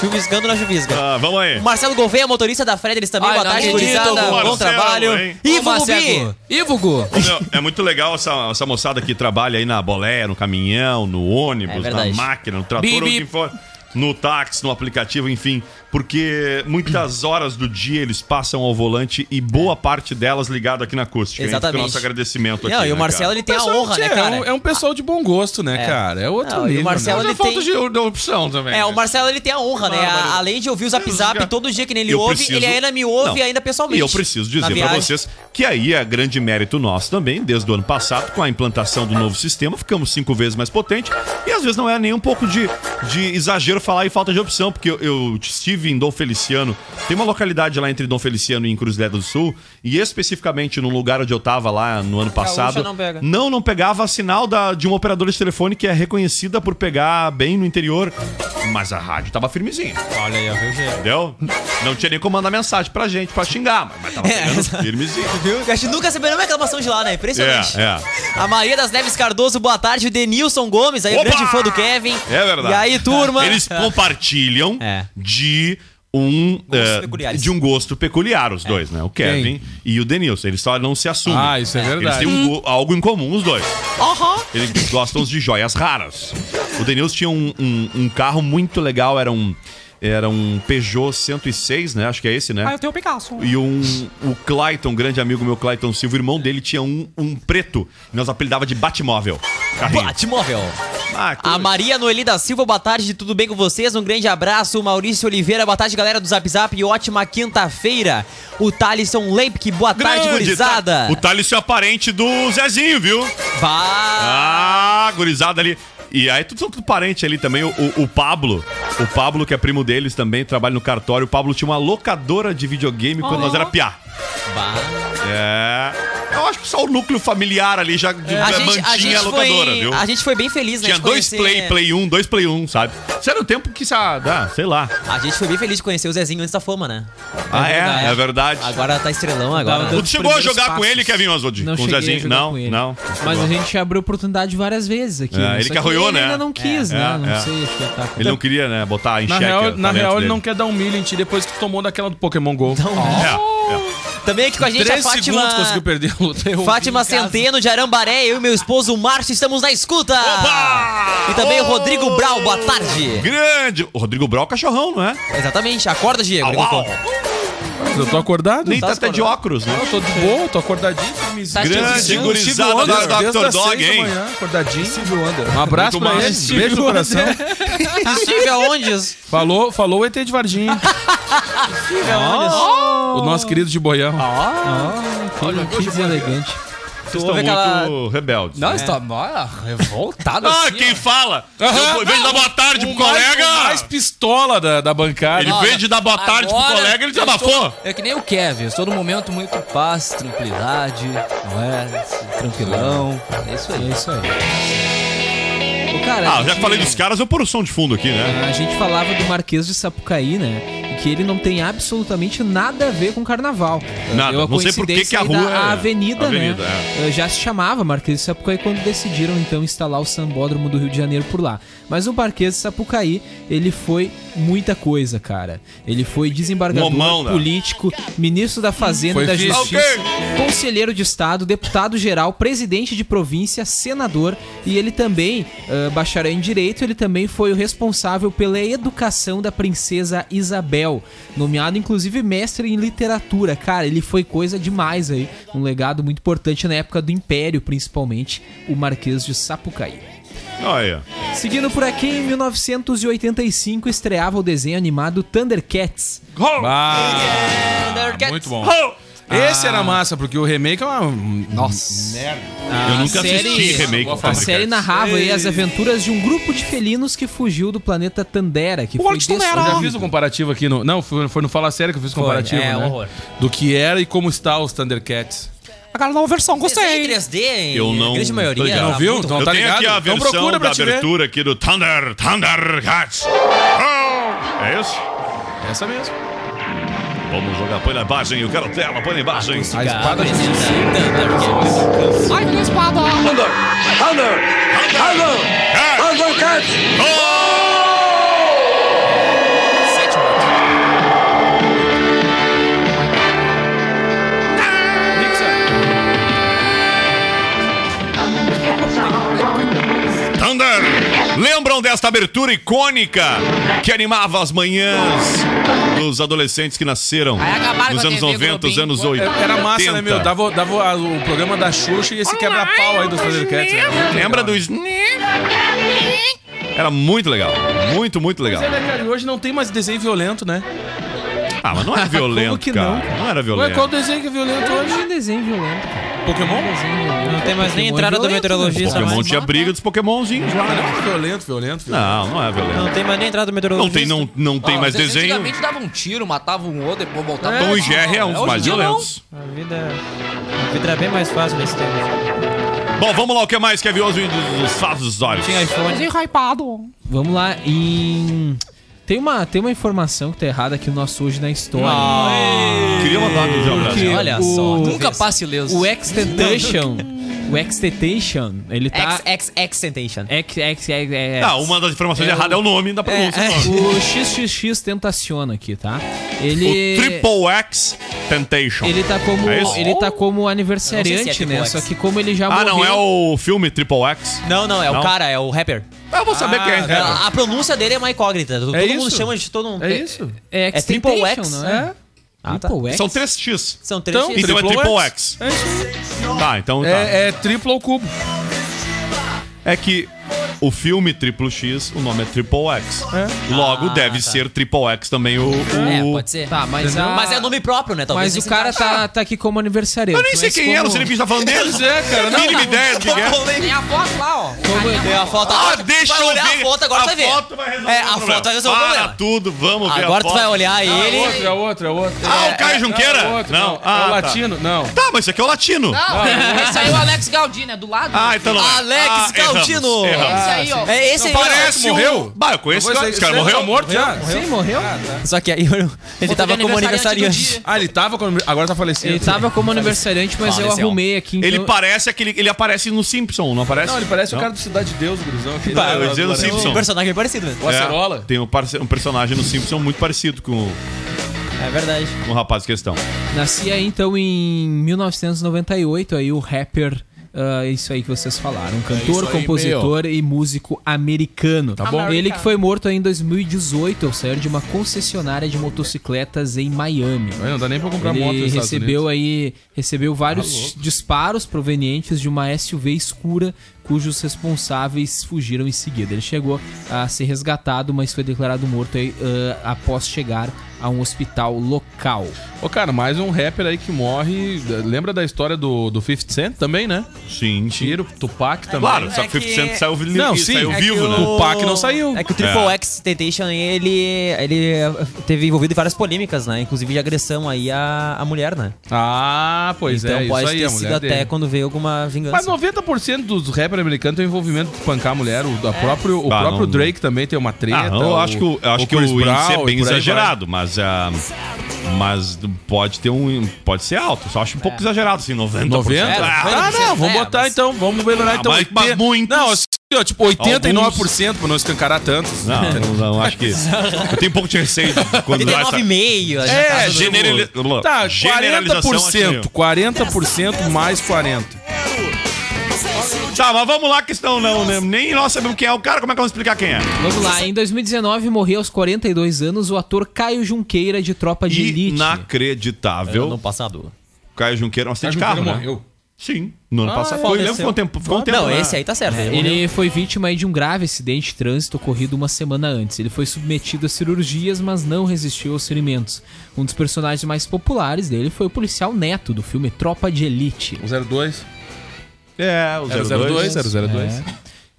[SPEAKER 6] Chuviscando na Chuvisca.
[SPEAKER 5] Ah, vamos aí.
[SPEAKER 6] O Marcelo Gouveia, motorista da Fred, eles também.
[SPEAKER 8] Ai,
[SPEAKER 6] boa
[SPEAKER 8] não
[SPEAKER 6] tarde,
[SPEAKER 8] acredito,
[SPEAKER 6] gurizada.
[SPEAKER 8] Marcelo,
[SPEAKER 6] Bom trabalho.
[SPEAKER 5] hein?
[SPEAKER 6] Ivo
[SPEAKER 8] Ô,
[SPEAKER 6] Gubi.
[SPEAKER 8] Marcelo. Ivo Gu.
[SPEAKER 5] Meu, é muito legal essa, essa moçada que trabalha aí na bolé, no caminhão, no
[SPEAKER 6] É
[SPEAKER 5] ônibus, na
[SPEAKER 6] verdade.
[SPEAKER 5] máquina, no trator,
[SPEAKER 6] Bip,
[SPEAKER 5] onde
[SPEAKER 6] bip.
[SPEAKER 5] for, no táxi, no aplicativo, enfim. Porque muitas horas do dia eles passam ao volante e boa parte delas ligado aqui na acústica. hein? Fica o
[SPEAKER 6] Exatamente.
[SPEAKER 5] Nosso agradecimento aqui.
[SPEAKER 6] Não, e o
[SPEAKER 5] né,
[SPEAKER 6] Marcelo,
[SPEAKER 5] cara?
[SPEAKER 6] ele tem a
[SPEAKER 7] Pessoal,
[SPEAKER 6] honra,
[SPEAKER 7] tchê,
[SPEAKER 6] né,
[SPEAKER 7] é
[SPEAKER 6] cara?
[SPEAKER 7] um- É um pessoal de bom gosto, né,
[SPEAKER 6] É.
[SPEAKER 7] cara? É outro
[SPEAKER 6] Não, e o
[SPEAKER 7] nível. né?
[SPEAKER 6] Marcelo,
[SPEAKER 7] Mas é
[SPEAKER 6] ele
[SPEAKER 7] falta
[SPEAKER 6] tem-
[SPEAKER 7] de, de opção também.
[SPEAKER 6] É,
[SPEAKER 7] né?
[SPEAKER 6] o Marcelo ele tem a honra, né?
[SPEAKER 5] Ah,
[SPEAKER 6] A- Além de ouvir o Zap Zap todo dia que nem ele
[SPEAKER 5] Eu
[SPEAKER 6] ouve,
[SPEAKER 5] preciso-
[SPEAKER 6] ele ainda me ouve
[SPEAKER 5] Não.
[SPEAKER 6] ainda pessoalmente.
[SPEAKER 5] E eu preciso
[SPEAKER 6] Na
[SPEAKER 5] dizer pra
[SPEAKER 6] viagem.
[SPEAKER 5] vocês que aí é grande mérito nosso também, desde o ano passado, com a implantação do novo sistema, ficamos cinco vezes mais potente. E às vezes não é nem um pouco de, de exagero falar e falta de opção, porque eu, eu estive em Dom Feliciano, tem uma localidade lá entre Dom Feliciano e Cruzilhada do Sul, e especificamente no lugar onde eu tava lá no ano passado.
[SPEAKER 6] não pega.
[SPEAKER 5] Não, não pegava sinal da, de uma operadora de telefone que é reconhecida por pegar bem no interior, mas a rádio tava firmezinha.
[SPEAKER 6] Olha aí, ó, viu, Gê?
[SPEAKER 5] Entendeu? Não tinha nem como mandar mensagem pra gente, pra xingar, mas, mas tava pegando
[SPEAKER 6] É.
[SPEAKER 5] firmezinho.
[SPEAKER 6] Viu? A gente nunca recebeu nenhuma reclamação de lá, né? Impressionante.
[SPEAKER 5] É, é.
[SPEAKER 6] A Maria das Neves Cardoso, boa tarde. O Denilson Gomes, aí,
[SPEAKER 5] Opa!
[SPEAKER 6] grande fã do Kevin.
[SPEAKER 5] É verdade.
[SPEAKER 6] E aí, turma? É.
[SPEAKER 5] Eles compartilham de um eh,
[SPEAKER 6] peculiares. É.
[SPEAKER 5] de um gosto peculiar os dois, né? O Kevin e o Denilson. Eles só não se assumem.
[SPEAKER 7] Ah, isso é
[SPEAKER 5] Eles
[SPEAKER 7] verdade.
[SPEAKER 5] têm um go- algo em comum os dois.
[SPEAKER 6] Aham.
[SPEAKER 5] Eles gostam de joias raras. O Denilson tinha um, um- um carro muito legal, era um era um Peugeot 106, né? Acho que é esse, né?
[SPEAKER 6] tenho o Picasso.
[SPEAKER 5] E um, o Clayton, grande amigo meu, Clayton Silva, o irmão dele tinha um, um preto. E nós apelidava de Batmóvel. Carrinho.
[SPEAKER 6] Batmóvel.
[SPEAKER 5] Ah, que-
[SPEAKER 6] A Maria Noeli da Silva, boa tarde, tudo bem com vocês? Um grande abraço. Maurício Oliveira, boa tarde, galera do Zap Zap. E ótima quinta-feira. O Thalisson Leipke, boa tarde,
[SPEAKER 5] Grande,
[SPEAKER 6] gurizada.
[SPEAKER 5] tá- O Thales é parente do Zezinho, viu? Ah, gurizada ali. E aí, tudo, tudo parente ali também, o, o- o Pablo. O Pablo, que é primo deles também, trabalha no cartório. O Pablo tinha uma locadora de videogame quando nós era piá.
[SPEAKER 6] Bah.
[SPEAKER 5] É. Eu acho que só o núcleo familiar ali já
[SPEAKER 12] É. A gente- a
[SPEAKER 5] É, mantinha a,
[SPEAKER 12] gente foi-
[SPEAKER 5] locadora, viu?
[SPEAKER 12] a gente foi bem feliz, né,
[SPEAKER 5] Tinha
[SPEAKER 12] de
[SPEAKER 5] dois
[SPEAKER 12] conhecer-
[SPEAKER 5] play, play 1, um, dois play 1, um, sabe? Isso era o tempo que, sa- ah, sei lá.
[SPEAKER 12] A gente foi bem feliz de conhecer o Zezinho antes da fama, né?
[SPEAKER 5] Ah, é? É verdade.
[SPEAKER 12] Agora tá estrelão agora.
[SPEAKER 5] Tu chegou a jogar com ele, Kevin Oswald?
[SPEAKER 6] Não
[SPEAKER 5] com o
[SPEAKER 6] cheguei a
[SPEAKER 5] Zezinho?
[SPEAKER 6] jogar
[SPEAKER 5] Não,
[SPEAKER 6] com ele.
[SPEAKER 5] não.
[SPEAKER 6] Mas a gente tá- abriu oportunidade várias vezes aqui.
[SPEAKER 5] É,
[SPEAKER 6] né?
[SPEAKER 5] ele
[SPEAKER 6] Só
[SPEAKER 5] que arroiou,
[SPEAKER 6] ele
[SPEAKER 5] né?
[SPEAKER 6] ainda não quis,
[SPEAKER 5] É,
[SPEAKER 6] né?
[SPEAKER 5] é,
[SPEAKER 6] não
[SPEAKER 5] é.
[SPEAKER 6] sei, acho que ele tá com-
[SPEAKER 5] Ele não queria, né, botar em
[SPEAKER 7] Na
[SPEAKER 5] xeque o
[SPEAKER 7] real, na
[SPEAKER 5] talento
[SPEAKER 7] real ele
[SPEAKER 5] dele.
[SPEAKER 7] não quer dar um milho em ti depois que tu tomou daquela do Pokémon GO.
[SPEAKER 6] Então,
[SPEAKER 5] É.
[SPEAKER 12] Também aqui com a gente
[SPEAKER 7] Três
[SPEAKER 12] a Fátima.
[SPEAKER 7] segundos conseguiu perder a luta. Eu
[SPEAKER 12] Fátima
[SPEAKER 7] vi em casa.
[SPEAKER 12] Centeno de Arambaré, eu e meu esposo Márcio estamos na escuta. E também o Rodrigo Brau, boa tarde.
[SPEAKER 5] É. Grande! O Rodrigo Brau é o cachorrão, não é?
[SPEAKER 12] Exatamente, acorda, Diego.
[SPEAKER 5] Au,
[SPEAKER 7] Mas eu tô acordado.
[SPEAKER 5] Nem
[SPEAKER 7] Tá
[SPEAKER 5] tá até de
[SPEAKER 7] acordado.
[SPEAKER 5] óculos, né?
[SPEAKER 7] Não, eu tô de boa, tô acordadinho.
[SPEAKER 5] Tá Grande assistindo. gurizada
[SPEAKER 7] Steve Wonder,
[SPEAKER 5] da Dr.
[SPEAKER 7] desde as
[SPEAKER 5] Dog,
[SPEAKER 7] seis da
[SPEAKER 5] hein?
[SPEAKER 7] manhã, Acordadinho. Um abraço
[SPEAKER 5] Muito
[SPEAKER 7] pra
[SPEAKER 5] massa.
[SPEAKER 7] ele.
[SPEAKER 5] Steve
[SPEAKER 7] Beijo no
[SPEAKER 5] Wonder.
[SPEAKER 7] coração.
[SPEAKER 12] Estive aonde?
[SPEAKER 7] Falou, falou o ET de Varginha. O nosso querido de boião.
[SPEAKER 6] Olha, que deselegante.
[SPEAKER 5] Vocês estão muito rebeldes.
[SPEAKER 13] Não,
[SPEAKER 5] né?
[SPEAKER 13] está olha, tá revoltado
[SPEAKER 5] Ah,
[SPEAKER 13] assim.
[SPEAKER 5] quem fala? Eu vejo dar boa tarde pro
[SPEAKER 13] O mais-
[SPEAKER 5] colega!
[SPEAKER 13] o mais
[SPEAKER 7] pistola da, da bancada.
[SPEAKER 5] Ele veio de dar boa tarde pro
[SPEAKER 13] Agora,
[SPEAKER 5] colega, ele
[SPEAKER 13] eu
[SPEAKER 5] desabafou.
[SPEAKER 13] tô- É que nem o Kevin, eu estou num momento muito paz, tranquilidade, não é? Tranquilão. É isso aí. É
[SPEAKER 6] isso aí. Ô, cara,
[SPEAKER 5] Ah,
[SPEAKER 6] a
[SPEAKER 5] eu já
[SPEAKER 6] gente-
[SPEAKER 5] falei dos caras, eu pôr o som de fundo aqui, né?
[SPEAKER 6] A gente falava do Marquês de Sapucaí, né? E que ele não tem absolutamente nada a ver com carnaval.
[SPEAKER 5] Nada,
[SPEAKER 6] Deu
[SPEAKER 5] não sei por que
[SPEAKER 6] coincidência
[SPEAKER 5] que a
[SPEAKER 6] aí da
[SPEAKER 5] rua é-
[SPEAKER 6] avenida,
[SPEAKER 5] Avenida, é.
[SPEAKER 6] né? Já se chamava Marquês de Sapucaí quando decidiram então instalar o sambódromo do Rio de Janeiro por lá. Mas o Marquês de Sapucaí, ele foi muita coisa, cara. Ele foi desembargador,
[SPEAKER 5] Momão, né?
[SPEAKER 6] político, ministro da Fazenda
[SPEAKER 5] Foi
[SPEAKER 6] e da
[SPEAKER 5] vice. Tá
[SPEAKER 6] Justiça, conselheiro de Estado, deputado geral, presidente de província, senador e ele também, ah, bacharel em Direito, ele também foi o responsável pela educação da princesa Isabel, nomeado inclusive mestre em literatura. Cara, ele foi coisa demais aí, um legado muito importante na época do Império, principalmente o Marquês de Sapucaí.
[SPEAKER 5] Olha.
[SPEAKER 6] Seguindo por aqui, em 1985 estreava o desenho animado Thundercats.
[SPEAKER 7] Muito bom. Ah. Esse era massa, porque o remake é uma. Nossa.
[SPEAKER 5] Eu nunca assisti remake do
[SPEAKER 6] A
[SPEAKER 5] Thundercats.
[SPEAKER 6] série narrava aí as aventuras de um grupo de felinos que fugiu do planeta Tandera, que foi
[SPEAKER 7] Eu já
[SPEAKER 6] destruído.
[SPEAKER 7] fiz o comparativo aqui no. Não, foi, foi no Fala Sério que eu fiz o comparativo.
[SPEAKER 12] é,
[SPEAKER 7] né?
[SPEAKER 12] um horror.
[SPEAKER 7] Do que era e como está os Thundercats.
[SPEAKER 12] Aquela nova versão, gostei. 3D, hein?
[SPEAKER 5] Eu não.
[SPEAKER 12] A grande
[SPEAKER 5] tô
[SPEAKER 12] maioria.
[SPEAKER 5] ligado.
[SPEAKER 12] tá muito
[SPEAKER 5] eu
[SPEAKER 12] ruim.
[SPEAKER 5] tenho aqui a versão da abertura aqui do Thunder, Thunder Cats. Oh, é isso?
[SPEAKER 7] Essa mesmo.
[SPEAKER 5] Vamos jogar. Põe na imagem, eu quero tela, põe na imagem.
[SPEAKER 7] A espada
[SPEAKER 12] né?
[SPEAKER 7] de
[SPEAKER 14] Ai, minha espada!
[SPEAKER 5] Thunder! Thunder! Thunder! Thunder Cats! Thunder! Lembram desta abertura icônica que animava as manhãs dos adolescentes que nasceram
[SPEAKER 7] acabaram
[SPEAKER 5] nos
[SPEAKER 7] com a
[SPEAKER 5] anos
[SPEAKER 7] TV
[SPEAKER 5] 90, os anos 80?
[SPEAKER 7] Era massa, né, meu? Dava, dava a- o programa da Xuxa e esse quebra-pau aí dos Thundercats. né?
[SPEAKER 5] Lembra do Era muito legal. Muito, muito legal.
[SPEAKER 7] Mas é, né, cara? E hoje não tem mais desenho violento, né?
[SPEAKER 5] Ah, mas não era violento,
[SPEAKER 7] Como que
[SPEAKER 5] cara.
[SPEAKER 7] não?
[SPEAKER 5] Não, era violento.
[SPEAKER 7] Ué, qual desenho que é violento hoje?
[SPEAKER 6] Não desenho violento. cara.
[SPEAKER 7] Pokémon?
[SPEAKER 12] Não tem mais nem
[SPEAKER 6] Pokémon
[SPEAKER 12] entrada
[SPEAKER 6] é
[SPEAKER 12] do
[SPEAKER 6] violento,
[SPEAKER 12] meteorologista.
[SPEAKER 5] Pokémon
[SPEAKER 12] mais.
[SPEAKER 5] tinha um briga dos Pokémonzinhos lá, né?
[SPEAKER 7] Violento, violento, violento.
[SPEAKER 5] Não, não é violento.
[SPEAKER 12] Não tem mais nem entrada do
[SPEAKER 5] Não
[SPEAKER 12] meteorologista.
[SPEAKER 5] tem, não, não tem mais desenho.
[SPEAKER 13] Antigamente dava um tiro, matava um outro, depois voltava.
[SPEAKER 5] Tom e Jerry é um dos mais violentos.
[SPEAKER 12] A vida, a vida era é bem mais fácil nesse tempo.
[SPEAKER 5] Bom, vamos lá, o que mais que é vioso dos fatos dos olhos?
[SPEAKER 14] Desenho hypado.
[SPEAKER 6] Vamos lá, em... Tem uma, tem uma informação que tá errada aqui no nosso Hoje na História.
[SPEAKER 5] Queria mandar um beijo
[SPEAKER 6] Porque
[SPEAKER 5] abraço.
[SPEAKER 6] o-
[SPEAKER 12] Nunca passe leso.
[SPEAKER 6] O Extentation... O Extentation, ele tá...
[SPEAKER 12] Ex, ex, extentation.
[SPEAKER 6] Ex, ex, ex, ex.
[SPEAKER 5] Ah, uma das informações
[SPEAKER 6] É
[SPEAKER 5] erradas é o nome da pronúncia.
[SPEAKER 6] É,
[SPEAKER 5] do nome.
[SPEAKER 6] O XXX Tentaciona aqui, tá? Ele...
[SPEAKER 5] O Triple X Temptation.
[SPEAKER 6] Ele tá como,
[SPEAKER 5] É isso?
[SPEAKER 6] ele tá como
[SPEAKER 12] Eu não sei
[SPEAKER 6] aniversariante,
[SPEAKER 12] se é
[SPEAKER 6] né?
[SPEAKER 12] Triple
[SPEAKER 6] Só
[SPEAKER 12] X.
[SPEAKER 6] que como ele já
[SPEAKER 5] Ah,
[SPEAKER 6] morreu...
[SPEAKER 5] não é o filme Triple X?
[SPEAKER 12] Não, não, é
[SPEAKER 5] Não?
[SPEAKER 12] o cara, é o rapper.
[SPEAKER 5] Eu vou saber quem é.
[SPEAKER 12] A, a pronúncia dele é uma incógnita. Todo
[SPEAKER 5] É
[SPEAKER 12] mundo
[SPEAKER 5] isso?
[SPEAKER 12] chama de todo mundo.
[SPEAKER 7] Ah, É isso?
[SPEAKER 6] É,
[SPEAKER 12] É Triple X,
[SPEAKER 6] Extentation, não
[SPEAKER 12] né?
[SPEAKER 6] é? Triple X?
[SPEAKER 5] São 3x.
[SPEAKER 12] São três
[SPEAKER 5] Então,
[SPEAKER 12] X.
[SPEAKER 5] então é
[SPEAKER 12] Triple
[SPEAKER 5] Triple
[SPEAKER 12] X.
[SPEAKER 5] X. Tá, então tá.
[SPEAKER 7] É, é triplo ao cubo.
[SPEAKER 5] É que O filme Triplo X, o nome é Triple X.
[SPEAKER 12] É.
[SPEAKER 5] Logo,
[SPEAKER 12] Ah,
[SPEAKER 5] deve ser Triple X também o. o-
[SPEAKER 12] É, pode ser.
[SPEAKER 6] Tá, mas
[SPEAKER 12] Entendeu?
[SPEAKER 6] a-
[SPEAKER 12] Mas é nome próprio, né? Talvez
[SPEAKER 6] Mas o cara tá, tá aqui como aniversariante.
[SPEAKER 12] Eu nem sei
[SPEAKER 6] mas
[SPEAKER 12] quem
[SPEAKER 6] como...
[SPEAKER 12] era, o Felipe tá falando dele.
[SPEAKER 6] Pois é, cara.
[SPEAKER 12] Mínima ideia de quem é.
[SPEAKER 15] Tem a foto lá, ó.
[SPEAKER 12] Tem a foto
[SPEAKER 5] Ah,
[SPEAKER 12] agora. tu
[SPEAKER 5] deixa
[SPEAKER 12] vai
[SPEAKER 5] eu
[SPEAKER 12] olhar
[SPEAKER 5] ver.
[SPEAKER 12] a foto, agora
[SPEAKER 5] A
[SPEAKER 12] tu vai ver.
[SPEAKER 5] foto vai resolver
[SPEAKER 12] É,
[SPEAKER 5] o
[SPEAKER 12] a
[SPEAKER 5] problema.
[SPEAKER 12] foto vai resolver o
[SPEAKER 5] Para
[SPEAKER 12] problema.
[SPEAKER 5] tudo, vamos ver a
[SPEAKER 12] Agora tu
[SPEAKER 5] foto.
[SPEAKER 12] vai olhar
[SPEAKER 5] Ah,
[SPEAKER 12] ele.
[SPEAKER 5] outra,
[SPEAKER 7] É outra, é outra.
[SPEAKER 5] Ah, o Caio Junqueira?
[SPEAKER 7] Não, é
[SPEAKER 5] Não,
[SPEAKER 7] outro, não.
[SPEAKER 5] Ah,
[SPEAKER 7] É o
[SPEAKER 5] tá.
[SPEAKER 7] latino, não.
[SPEAKER 5] Tá, mas esse aqui é o latino.
[SPEAKER 15] Não, esse aí é o Alex Galdino, é do lado.
[SPEAKER 5] Ah, então não. é.
[SPEAKER 15] Alex
[SPEAKER 5] ah, erramos,
[SPEAKER 15] Galdino.
[SPEAKER 5] erramos.
[SPEAKER 15] Esse aí, ó. É esse aí, ó.
[SPEAKER 5] Parece
[SPEAKER 12] Morreu?
[SPEAKER 5] morreu. Bah, eu conheço
[SPEAKER 12] Não foi
[SPEAKER 5] esse cara.
[SPEAKER 12] esse-
[SPEAKER 5] Esse cara
[SPEAKER 12] esse
[SPEAKER 5] morreu?
[SPEAKER 12] aí morto já?
[SPEAKER 6] Sim, morreu?
[SPEAKER 12] Só que aí eu- ele tava como aniversariante.
[SPEAKER 7] Ah, ele tava como. Agora tá falecido.
[SPEAKER 6] Ele tava como aniversariante, mas eu
[SPEAKER 7] Faleceu.
[SPEAKER 6] arrumei aqui. Então...
[SPEAKER 5] Ele parece aquele. Ele aparece no Simpson, não aparece?
[SPEAKER 7] Não, ele parece o
[SPEAKER 5] Não?
[SPEAKER 7] cara do Cidade de Deus, o gurizão. né? aquele
[SPEAKER 5] Bah, eu
[SPEAKER 7] do-
[SPEAKER 5] ia dizer
[SPEAKER 7] do
[SPEAKER 5] no
[SPEAKER 7] Laranja.
[SPEAKER 5] Simpson.
[SPEAKER 12] personagem parecido, né?
[SPEAKER 7] O Acerola.
[SPEAKER 5] É, tem um, parce- um personagem no Simpson muito parecido com, o-
[SPEAKER 12] É verdade.
[SPEAKER 5] com o rapaz em questão.
[SPEAKER 6] Nascia então em 1998, aí o rapper. ah, isso aí que vocês falaram. Um
[SPEAKER 7] É
[SPEAKER 6] Cantor,
[SPEAKER 16] isso aí,
[SPEAKER 6] compositor e músico americano. Tá
[SPEAKER 16] bom.
[SPEAKER 6] Ele que foi morto em 2018 ao sair de uma concessionária de motocicletas em Miami.
[SPEAKER 7] Não dá nem pra comprar
[SPEAKER 6] Ele
[SPEAKER 7] moto nos Estados
[SPEAKER 6] recebeu
[SPEAKER 7] Unidos.
[SPEAKER 6] aí recebeu
[SPEAKER 7] Tá
[SPEAKER 6] vários
[SPEAKER 7] louco.
[SPEAKER 6] disparos provenientes de uma SUV escura cujos responsáveis fugiram em seguida. Ele chegou a ser resgatado, mas foi declarado morto aí, ah, após chegar a um hospital local.
[SPEAKER 7] Ô, cara, mais um rapper aí que morre. Lembra da história do, do 50 Cent também, né?
[SPEAKER 5] Sim, sim.
[SPEAKER 7] Tiro, Tupac também.
[SPEAKER 12] É
[SPEAKER 5] Claro, só que 50 Cent saiu vi-
[SPEAKER 7] Não, sim,
[SPEAKER 5] saiu
[SPEAKER 7] é que
[SPEAKER 5] vivo,
[SPEAKER 7] o
[SPEAKER 5] né?
[SPEAKER 7] Tupac não saiu.
[SPEAKER 12] É que o Triple X Temptation, ele, ele teve envolvido em várias polêmicas, né? Inclusive de agressão aí à, à mulher, né?
[SPEAKER 7] Ah, pois
[SPEAKER 12] então
[SPEAKER 7] é,
[SPEAKER 12] pode
[SPEAKER 7] isso aí,
[SPEAKER 12] ter
[SPEAKER 7] a
[SPEAKER 12] sido
[SPEAKER 7] mulher
[SPEAKER 12] até
[SPEAKER 7] dele.
[SPEAKER 12] quando veio alguma vingança.
[SPEAKER 7] Mas 90% dos rappers americanos tem envolvimento de pancar a mulher. O, da próprio, o
[SPEAKER 5] Bah,
[SPEAKER 7] próprio
[SPEAKER 5] Ah, não-
[SPEAKER 7] Drake também tem uma treta.
[SPEAKER 5] Ah, eu acho que, o- eu acho que
[SPEAKER 7] Chris
[SPEAKER 5] o índice é
[SPEAKER 7] Brown,
[SPEAKER 5] bem
[SPEAKER 7] e por aí vai.
[SPEAKER 5] exagerado, mas, ah, mas pode ter um. Pode ser alto. Só acho um
[SPEAKER 12] É.
[SPEAKER 5] pouco exagerado, assim, 90%.
[SPEAKER 7] 90?
[SPEAKER 5] Ah,
[SPEAKER 7] Ah, não, vamos botar então, vamos melhorar
[SPEAKER 5] Ah,
[SPEAKER 7] então.
[SPEAKER 5] mas- mas
[SPEAKER 7] 80
[SPEAKER 5] muitos.
[SPEAKER 7] Não, assim, ó, tipo 89% pra não escancarar tantos.
[SPEAKER 5] Não, Ah, não, não, acho que. Eu tenho um pouco de receio de quando dá essa-
[SPEAKER 12] 89,5.
[SPEAKER 7] É,
[SPEAKER 5] generali-
[SPEAKER 7] Tá,
[SPEAKER 5] generalização, acho meio.
[SPEAKER 7] 40%. 40% mais 40%.
[SPEAKER 5] Tá, mas vamos lá, que senão não, né? nem nós sabemos quem é o cara, como é que vamos explicar quem é?
[SPEAKER 6] Vamos lá, em 2019 morreu aos 42 anos o ator Caio Junqueira de Tropa de Elite.
[SPEAKER 5] Inacreditável.
[SPEAKER 12] Ano passado.
[SPEAKER 5] Caio Junqueira, um acidente de
[SPEAKER 7] Caio
[SPEAKER 5] carro,
[SPEAKER 7] Junqueira
[SPEAKER 5] né?
[SPEAKER 7] morreu.
[SPEAKER 5] Sim, no ano
[SPEAKER 12] Ah,
[SPEAKER 5] passado.
[SPEAKER 12] é,
[SPEAKER 5] Foi,
[SPEAKER 12] aconteceu.
[SPEAKER 5] lembra? Ficou um tempo, ficou um tempo
[SPEAKER 12] Não,
[SPEAKER 5] né?
[SPEAKER 12] esse aí tá certo. ele morreu.
[SPEAKER 6] É, Ele foi vítima aí de um grave acidente de trânsito ocorrido uma semana antes. Ele foi submetido a cirurgias, mas não resistiu aos ferimentos. Um dos personagens mais populares dele foi o policial Neto, do filme Tropa de Elite.
[SPEAKER 7] O 02.
[SPEAKER 5] É, o
[SPEAKER 7] 02, 002.
[SPEAKER 6] É.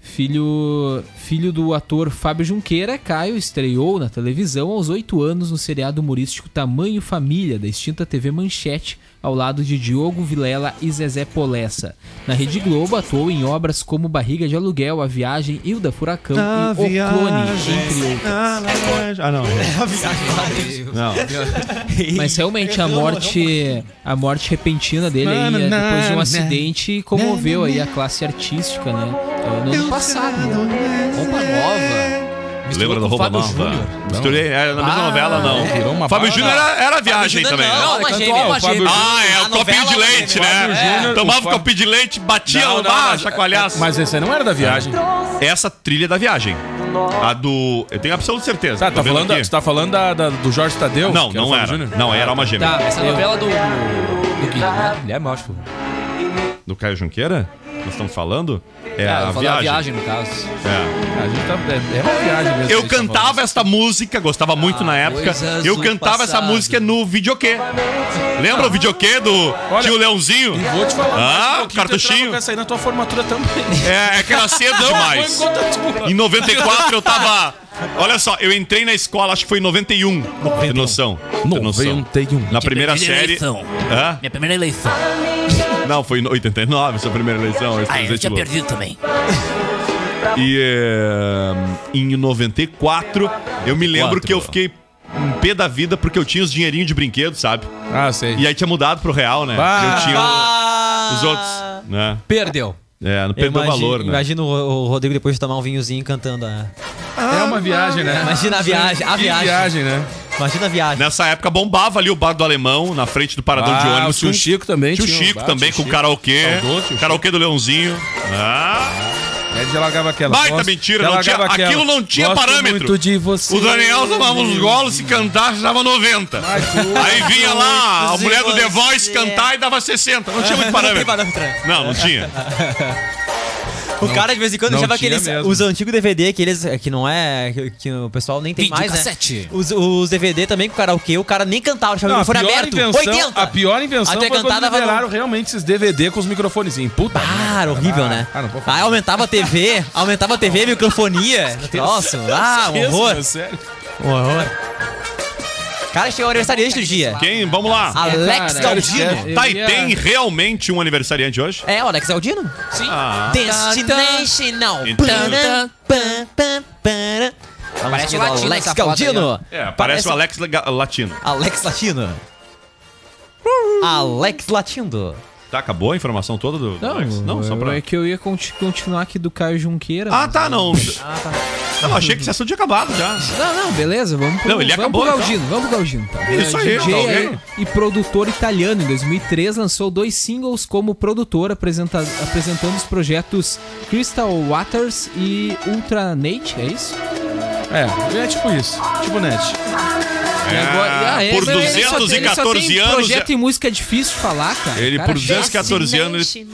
[SPEAKER 6] Filho, filho do ator Fábio Junqueira, Caio estreou na televisão aos 8 anos no seriado humorístico Tamanho Família, da extinta TV Manchete, ao lado de Diogo Vilela e Zezé Polessa. Na Rede Globo, atuou em obras como Barriga de Aluguel, A Viagem, Ilda Furacão
[SPEAKER 5] A
[SPEAKER 6] e O Clone,
[SPEAKER 5] Viagem.
[SPEAKER 6] entre outros.
[SPEAKER 5] Ah, não. Não.
[SPEAKER 6] Mas realmente a morte, a morte repentina dele aí, é, depois de um acidente comoveu aí a classe artística, né? É, No ano passado, né? Roupa nova.
[SPEAKER 5] Lembra da roupa nova? Misturei, era na mesma
[SPEAKER 6] Ah,
[SPEAKER 5] novela, não.
[SPEAKER 7] é. Virou uma
[SPEAKER 5] Fábio
[SPEAKER 7] bala.
[SPEAKER 5] Júnior era, era viagem também. né?
[SPEAKER 12] Não,
[SPEAKER 7] mas
[SPEAKER 12] mas
[SPEAKER 7] gêmeo,
[SPEAKER 12] gêmeo,
[SPEAKER 7] mas gêmeo.
[SPEAKER 5] Ah, é, o copinho de leite,
[SPEAKER 7] Fábio
[SPEAKER 5] né?
[SPEAKER 7] Júnior, o
[SPEAKER 5] Tomava o
[SPEAKER 7] Fábio-
[SPEAKER 5] copinho de leite, batia,
[SPEAKER 7] Não, é, não,
[SPEAKER 5] ah,
[SPEAKER 7] mas-
[SPEAKER 5] chacoalhaço.
[SPEAKER 7] Mas esse aí não era da viagem.
[SPEAKER 5] Essa trilha é da viagem. A do. Eu tenho absoluta certeza.
[SPEAKER 7] Tá,
[SPEAKER 5] Tô
[SPEAKER 7] tá
[SPEAKER 5] vendo
[SPEAKER 7] falando, da-
[SPEAKER 5] aqui.
[SPEAKER 7] você tá falando da- da- do Jorge Tadeu?
[SPEAKER 5] Não,
[SPEAKER 7] que é o
[SPEAKER 5] não
[SPEAKER 7] Fábio
[SPEAKER 5] era.
[SPEAKER 7] Júnior?
[SPEAKER 5] Não, era uma gêmea.
[SPEAKER 6] Tá,
[SPEAKER 16] Essa
[SPEAKER 6] eu-
[SPEAKER 16] novela do. Do Guilherme, né? Guilherme eu acho.
[SPEAKER 5] Do Caio Junqueira? Nós estamos falando? É,
[SPEAKER 16] Ah, eu
[SPEAKER 5] a
[SPEAKER 16] falo da
[SPEAKER 5] viagem.
[SPEAKER 16] viagem, no caso.
[SPEAKER 5] É.
[SPEAKER 7] A gente tá, é, é uma viagem mesmo.
[SPEAKER 5] Eu
[SPEAKER 7] que a gente tá
[SPEAKER 5] cantava esta música, gostava
[SPEAKER 7] Ah,
[SPEAKER 5] muito na época.
[SPEAKER 16] coisas
[SPEAKER 5] Eu
[SPEAKER 16] do
[SPEAKER 5] cantava essa
[SPEAKER 16] passado.
[SPEAKER 5] música no videoquê. Lembra o videoquê do tio Leãozinho?
[SPEAKER 7] falando. Vou te falar. mais um
[SPEAKER 5] Ah,
[SPEAKER 7] pouquinho, tu entrava
[SPEAKER 5] cartuchinho.
[SPEAKER 7] Com essa aí na tua formatura também.
[SPEAKER 5] É, é que era cedo demais.
[SPEAKER 7] Não, eu vou enquanto a tua.
[SPEAKER 5] Em 94 eu tava. Olha só, eu entrei na escola, acho que foi em 91. Tem noção. Tem noção.
[SPEAKER 7] 91.
[SPEAKER 5] Na primeira série.
[SPEAKER 9] um. eleição.
[SPEAKER 5] Hã?
[SPEAKER 9] Minha primeira eleição.
[SPEAKER 5] Não, foi em 89, sua primeira eleição. esse
[SPEAKER 9] Ah, eu
[SPEAKER 5] presidente
[SPEAKER 9] tinha
[SPEAKER 5] Lula.
[SPEAKER 9] perdido também.
[SPEAKER 5] E eh, em 94, eu me lembro que eu fiquei um pé da vida porque eu tinha os dinheirinhos de brinquedo, sabe?
[SPEAKER 7] Ah, sei.
[SPEAKER 5] E aí tinha mudado pro real, né?
[SPEAKER 7] Bah.
[SPEAKER 5] Eu
[SPEAKER 9] Ah.
[SPEAKER 5] tinha os outros, né?
[SPEAKER 16] Perdeu.
[SPEAKER 5] É, não perdeu
[SPEAKER 12] Imagina-
[SPEAKER 5] valor, né?
[SPEAKER 12] Imagina o, o Rodrigo depois de tomar um vinhozinho cantando. a-
[SPEAKER 7] é uma viagem, né?
[SPEAKER 12] Imagina a viagem, a
[SPEAKER 7] Que
[SPEAKER 12] viagem.
[SPEAKER 7] viagem, né?
[SPEAKER 12] Imagina a viagem.
[SPEAKER 5] Nessa época bombava ali o bar do Alemão, na frente do paradão de
[SPEAKER 7] Ah,
[SPEAKER 5] ônibus.
[SPEAKER 7] o tio
[SPEAKER 5] com-
[SPEAKER 7] Chico também
[SPEAKER 5] Tio
[SPEAKER 7] tinha um
[SPEAKER 5] Chico
[SPEAKER 7] bar,
[SPEAKER 5] também,
[SPEAKER 7] tio
[SPEAKER 5] com
[SPEAKER 7] Chico.
[SPEAKER 5] karaokê.
[SPEAKER 7] Saudoso, tio
[SPEAKER 5] Karaokê do Leãozinho. Ah,
[SPEAKER 7] Aí já largava aquela.
[SPEAKER 5] baita
[SPEAKER 7] Gosto-
[SPEAKER 5] mentira,
[SPEAKER 7] já
[SPEAKER 5] não tinha,
[SPEAKER 7] largava aquela.
[SPEAKER 5] aquilo não tinha
[SPEAKER 7] Gosto
[SPEAKER 5] parâmetro.
[SPEAKER 7] muito de você.
[SPEAKER 5] O Daniel tomava uns golos, se cantasse, dava 90. Aí vinha lá a mulher do The Voice cantar e dava 60. Não tinha muito
[SPEAKER 12] Não tem
[SPEAKER 5] parâmetro.
[SPEAKER 12] parâmetro.
[SPEAKER 5] Não, não tinha.
[SPEAKER 6] O cara de vez em quando
[SPEAKER 7] Não
[SPEAKER 6] achava
[SPEAKER 7] tinha
[SPEAKER 6] aqueles.
[SPEAKER 7] mesmo.
[SPEAKER 6] Os antigos DVD que eles. Que não é. Que, que o pessoal nem tem mais, né?
[SPEAKER 7] Videocassete.
[SPEAKER 6] Os, os DVD também com karaokê, o cara nem cantava, achava o
[SPEAKER 7] Não,
[SPEAKER 6] microfone aberto.
[SPEAKER 7] invenção,
[SPEAKER 6] 80!
[SPEAKER 7] a pior invenção
[SPEAKER 6] Até
[SPEAKER 7] foi quando
[SPEAKER 6] cantar dava no-
[SPEAKER 7] liberaram realmente esses DVD com os microfones. Puta.
[SPEAKER 6] Ah, horrível, né?
[SPEAKER 7] Ah, não pode
[SPEAKER 6] Aí aumentava a TV, aumentava a TV, microfonia. Nossa, ah, um
[SPEAKER 7] Esqueça,
[SPEAKER 6] horror.
[SPEAKER 7] meu, É sério.
[SPEAKER 6] Um horror. Cara, chegou o aniversariante do dia.
[SPEAKER 5] Quem? Vamos lá.
[SPEAKER 6] É, Alex Galdino.
[SPEAKER 5] Tá, e tem realmente um aniversariante hoje?
[SPEAKER 6] É, o Alex Galdino? Sim.
[SPEAKER 5] Ah.
[SPEAKER 6] Destinational.
[SPEAKER 5] Então-
[SPEAKER 6] Pam, pam, pam, pam. A música
[SPEAKER 5] Parece o
[SPEAKER 6] do
[SPEAKER 5] latino
[SPEAKER 6] Alex
[SPEAKER 5] essa foto aí,
[SPEAKER 6] Galdino.
[SPEAKER 5] ó. É, parece o Alex Lega- Latino.
[SPEAKER 6] Alex Latino. Alex Latindo.
[SPEAKER 5] Tá, acabou a informação toda do, do Alex? Não, só pra...
[SPEAKER 11] É que eu ia conti- continuar aqui do Caio Junqueira.
[SPEAKER 5] Ah,
[SPEAKER 11] mas-
[SPEAKER 5] tá, não.
[SPEAKER 11] Ah, tá.
[SPEAKER 5] Não, achei que esse assunto tinha acabado já.
[SPEAKER 11] Não, não, beleza, vamos pro,
[SPEAKER 5] Não, ele
[SPEAKER 11] vamos
[SPEAKER 5] acabou,
[SPEAKER 11] pro
[SPEAKER 5] então.
[SPEAKER 11] Galdino, vamos pro Galdino. então.
[SPEAKER 5] Isso
[SPEAKER 11] É,
[SPEAKER 5] aí,
[SPEAKER 11] DJ
[SPEAKER 5] tá ok.
[SPEAKER 11] e produtor italiano, em 2003 lançou dois singles como produtor, apresenta- apresentando os projetos Crystal Waters e Ultranate, é isso?
[SPEAKER 7] É, é tipo isso, tipo net.
[SPEAKER 11] E agora- ah, é,
[SPEAKER 5] por
[SPEAKER 11] mas ele só- ele só
[SPEAKER 5] 214
[SPEAKER 11] tem
[SPEAKER 5] anos
[SPEAKER 11] Projeto
[SPEAKER 5] já-
[SPEAKER 11] e música é difícil de falar, cara.
[SPEAKER 5] Ele,
[SPEAKER 11] Cara, é
[SPEAKER 5] por
[SPEAKER 11] chato.
[SPEAKER 5] 214 anos, ele-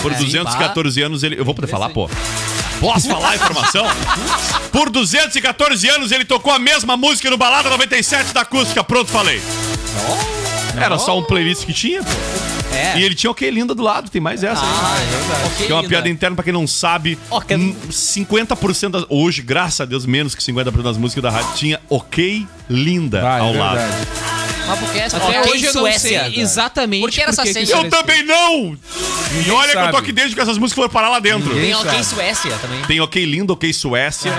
[SPEAKER 5] Por
[SPEAKER 11] É,
[SPEAKER 5] 214 anos ele. Eu vou poder falar, pô. Posso falar a informação? Por 214 anos ele tocou a mesma música no Balada 97 da Acústica. Pronto, falei. Era só um playlist que tinha, pô.
[SPEAKER 6] É.
[SPEAKER 5] E ele tinha o que linda do lado, tem mais essa. Ah,
[SPEAKER 6] é verdade.
[SPEAKER 5] Que é uma piada interna pra quem não sabe.
[SPEAKER 11] é
[SPEAKER 5] Hum, 50% das. Hoje, graças a Deus, menos que 50% das músicas da rádio tinha ok linda
[SPEAKER 7] Ah, é
[SPEAKER 5] ao lado.
[SPEAKER 7] verdade.
[SPEAKER 12] Mas porque é essa
[SPEAKER 11] Até
[SPEAKER 12] Ok,
[SPEAKER 11] hoje eu não
[SPEAKER 12] Suécia.
[SPEAKER 11] sei exatamente
[SPEAKER 12] Por que era essa
[SPEAKER 11] por que que isso
[SPEAKER 12] senha?
[SPEAKER 5] Eu também não! E olha que eu tô
[SPEAKER 7] é sabe.
[SPEAKER 5] aqui desde que essas músicas foram parar lá dentro.
[SPEAKER 6] Tem Ok Suécia também.
[SPEAKER 5] Tem ok lindo, ok Suécia.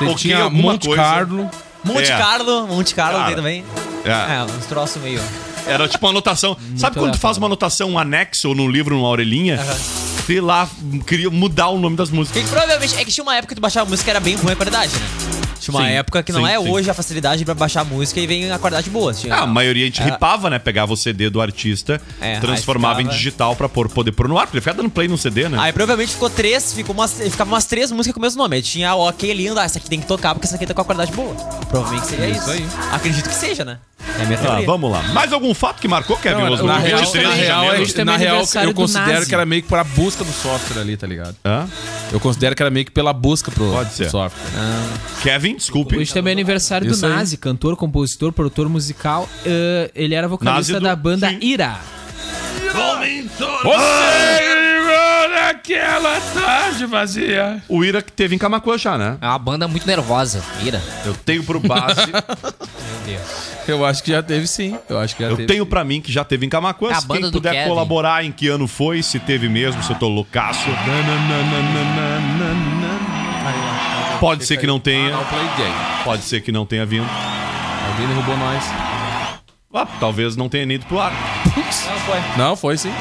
[SPEAKER 7] Tem-
[SPEAKER 5] Ok
[SPEAKER 7] tinha
[SPEAKER 5] alguma
[SPEAKER 7] Monte
[SPEAKER 5] coisa.
[SPEAKER 7] Carlo.
[SPEAKER 6] Monte
[SPEAKER 5] É.
[SPEAKER 6] Carlo, Monte Carlo
[SPEAKER 5] Cara.
[SPEAKER 6] tem também.
[SPEAKER 5] É.
[SPEAKER 6] É, uns troços meio.
[SPEAKER 7] É.
[SPEAKER 5] Era tipo uma anotação. Sabe quando tu faz uma anotação, um anexo num livro, numa orelhinha? Sei lá, queria mudar o nome das músicas.
[SPEAKER 6] E provavelmente é que tinha uma época que tu baixava música e era bem ruim a qualidade, né? Tinha uma
[SPEAKER 5] Sim,
[SPEAKER 6] época que não
[SPEAKER 5] sim,
[SPEAKER 6] é
[SPEAKER 5] sim.
[SPEAKER 6] hoje a facilidade pra baixar música e vem a qualidade boa. assim,
[SPEAKER 7] É.
[SPEAKER 6] Tinha,
[SPEAKER 5] Ah, a maioria a gente
[SPEAKER 6] Era-
[SPEAKER 5] ripava, né? Pegava o CD do artista,
[SPEAKER 6] É,
[SPEAKER 5] transformava
[SPEAKER 6] aí
[SPEAKER 5] em
[SPEAKER 6] ficava-
[SPEAKER 5] digital pra pôr, poder pôr no ar, porque ele ficava dando play no CD, né?
[SPEAKER 6] Aí provavelmente ficou três, ficou umas, ficava umas três músicas com o mesmo nome. Aí tinha o ok lindo, ah, essa aqui tem que tocar porque essa aqui tá com a qualidade boa. Provavelmente seria isso.
[SPEAKER 7] É Isso aí.
[SPEAKER 6] Acredito que seja, né? É a minha
[SPEAKER 5] Ah,
[SPEAKER 6] teoria.
[SPEAKER 5] vamos lá. Mais algum fato que marcou, Kevin
[SPEAKER 7] Não,
[SPEAKER 5] Oswald?
[SPEAKER 7] na real,
[SPEAKER 5] 23
[SPEAKER 7] na
[SPEAKER 5] de
[SPEAKER 7] real,
[SPEAKER 5] janeiro?
[SPEAKER 7] é- na real, eu considero
[SPEAKER 11] nazi.
[SPEAKER 7] que era meio que pra busca do software ali, tá ligado? Eu considero que era meio que pela busca pro pro software. né?
[SPEAKER 5] Kevin, desculpe.
[SPEAKER 11] Hoje também é aniversário
[SPEAKER 7] Isso
[SPEAKER 11] do
[SPEAKER 7] aí.
[SPEAKER 11] Nazi, cantor, compositor, produtor musical. Ah, ele era vocalista
[SPEAKER 5] Nazi do-
[SPEAKER 11] da banda Ira.
[SPEAKER 7] naquela tarde vazia.
[SPEAKER 5] O Ira que teve em Camacuã já, né?
[SPEAKER 12] É uma banda muito nervosa, Ira.
[SPEAKER 5] Eu tenho pro base.
[SPEAKER 7] Eu acho que já teve sim. Eu acho que já
[SPEAKER 5] Eu
[SPEAKER 7] teve.
[SPEAKER 5] tenho pra mim que já teve em Camacuã.
[SPEAKER 12] É a
[SPEAKER 5] Se
[SPEAKER 12] banda
[SPEAKER 5] quem
[SPEAKER 12] do
[SPEAKER 5] puder
[SPEAKER 12] Kevin.
[SPEAKER 5] colaborar em que ano foi, se teve mesmo, se eu tô loucaço. Pode ser que não tenha.
[SPEAKER 7] Ah, não, Play Game.
[SPEAKER 5] Pode ser que não tenha vindo.
[SPEAKER 7] Alguém derrubou nós.
[SPEAKER 5] Ah, talvez não tenha nem ido pro ar.
[SPEAKER 6] Não foi.
[SPEAKER 7] Não, foi sim.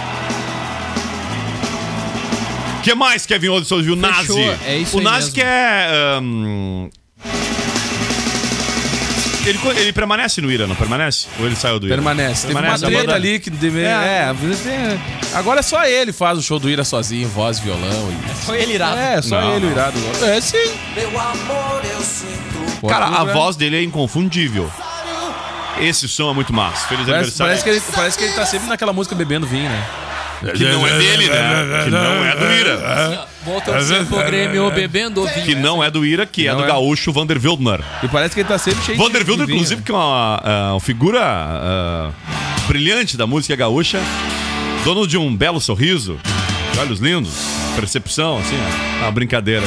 [SPEAKER 5] O que mais, Kevin Olho, você ouviu? O Nazi.
[SPEAKER 11] é isso
[SPEAKER 5] o
[SPEAKER 11] aí
[SPEAKER 5] Nazi
[SPEAKER 11] mesmo.
[SPEAKER 5] que é. hum, Ele, co- ele permanece no Ira, não permanece? Ou ele saiu do Ira?
[SPEAKER 7] Permanece. Teve uma
[SPEAKER 5] a
[SPEAKER 7] treta
[SPEAKER 5] banda-
[SPEAKER 7] ali que. Deve...
[SPEAKER 5] É.
[SPEAKER 7] É, a vida tem- agora é só ele faz o show do Ira sozinho, voz, violão. E...
[SPEAKER 6] Foi ele irado.
[SPEAKER 7] É, só
[SPEAKER 5] Não,
[SPEAKER 7] ele, o
[SPEAKER 5] não.
[SPEAKER 7] irado. É, sim. Pode
[SPEAKER 5] Cara, a
[SPEAKER 7] procurar.
[SPEAKER 5] voz dele é inconfundível. Esse som é muito massa. Feliz
[SPEAKER 7] Parece,
[SPEAKER 5] aniversário.
[SPEAKER 7] parece que ele, parece que ele tá sempre naquela música bebendo vinho, né?
[SPEAKER 5] Que não é dele, né? Que não é do Ira.
[SPEAKER 8] Volta
[SPEAKER 5] é,
[SPEAKER 8] sempre
[SPEAKER 5] né,
[SPEAKER 8] pro Grêmio bebendo ou
[SPEAKER 5] Que não é do Ira, que é
[SPEAKER 7] Não
[SPEAKER 5] do
[SPEAKER 7] é.
[SPEAKER 5] gaúcho Vander Wildner.
[SPEAKER 7] E parece que ele tá sempre cheio
[SPEAKER 5] Vander Wildner,
[SPEAKER 7] de vinho,
[SPEAKER 5] inclusive,
[SPEAKER 7] né?
[SPEAKER 5] que é uma, ah, uma figura ah, brilhante da música gaúcha, dono de um belo sorriso, de olhos lindos, percepção, assim, ó, uma brincadeira.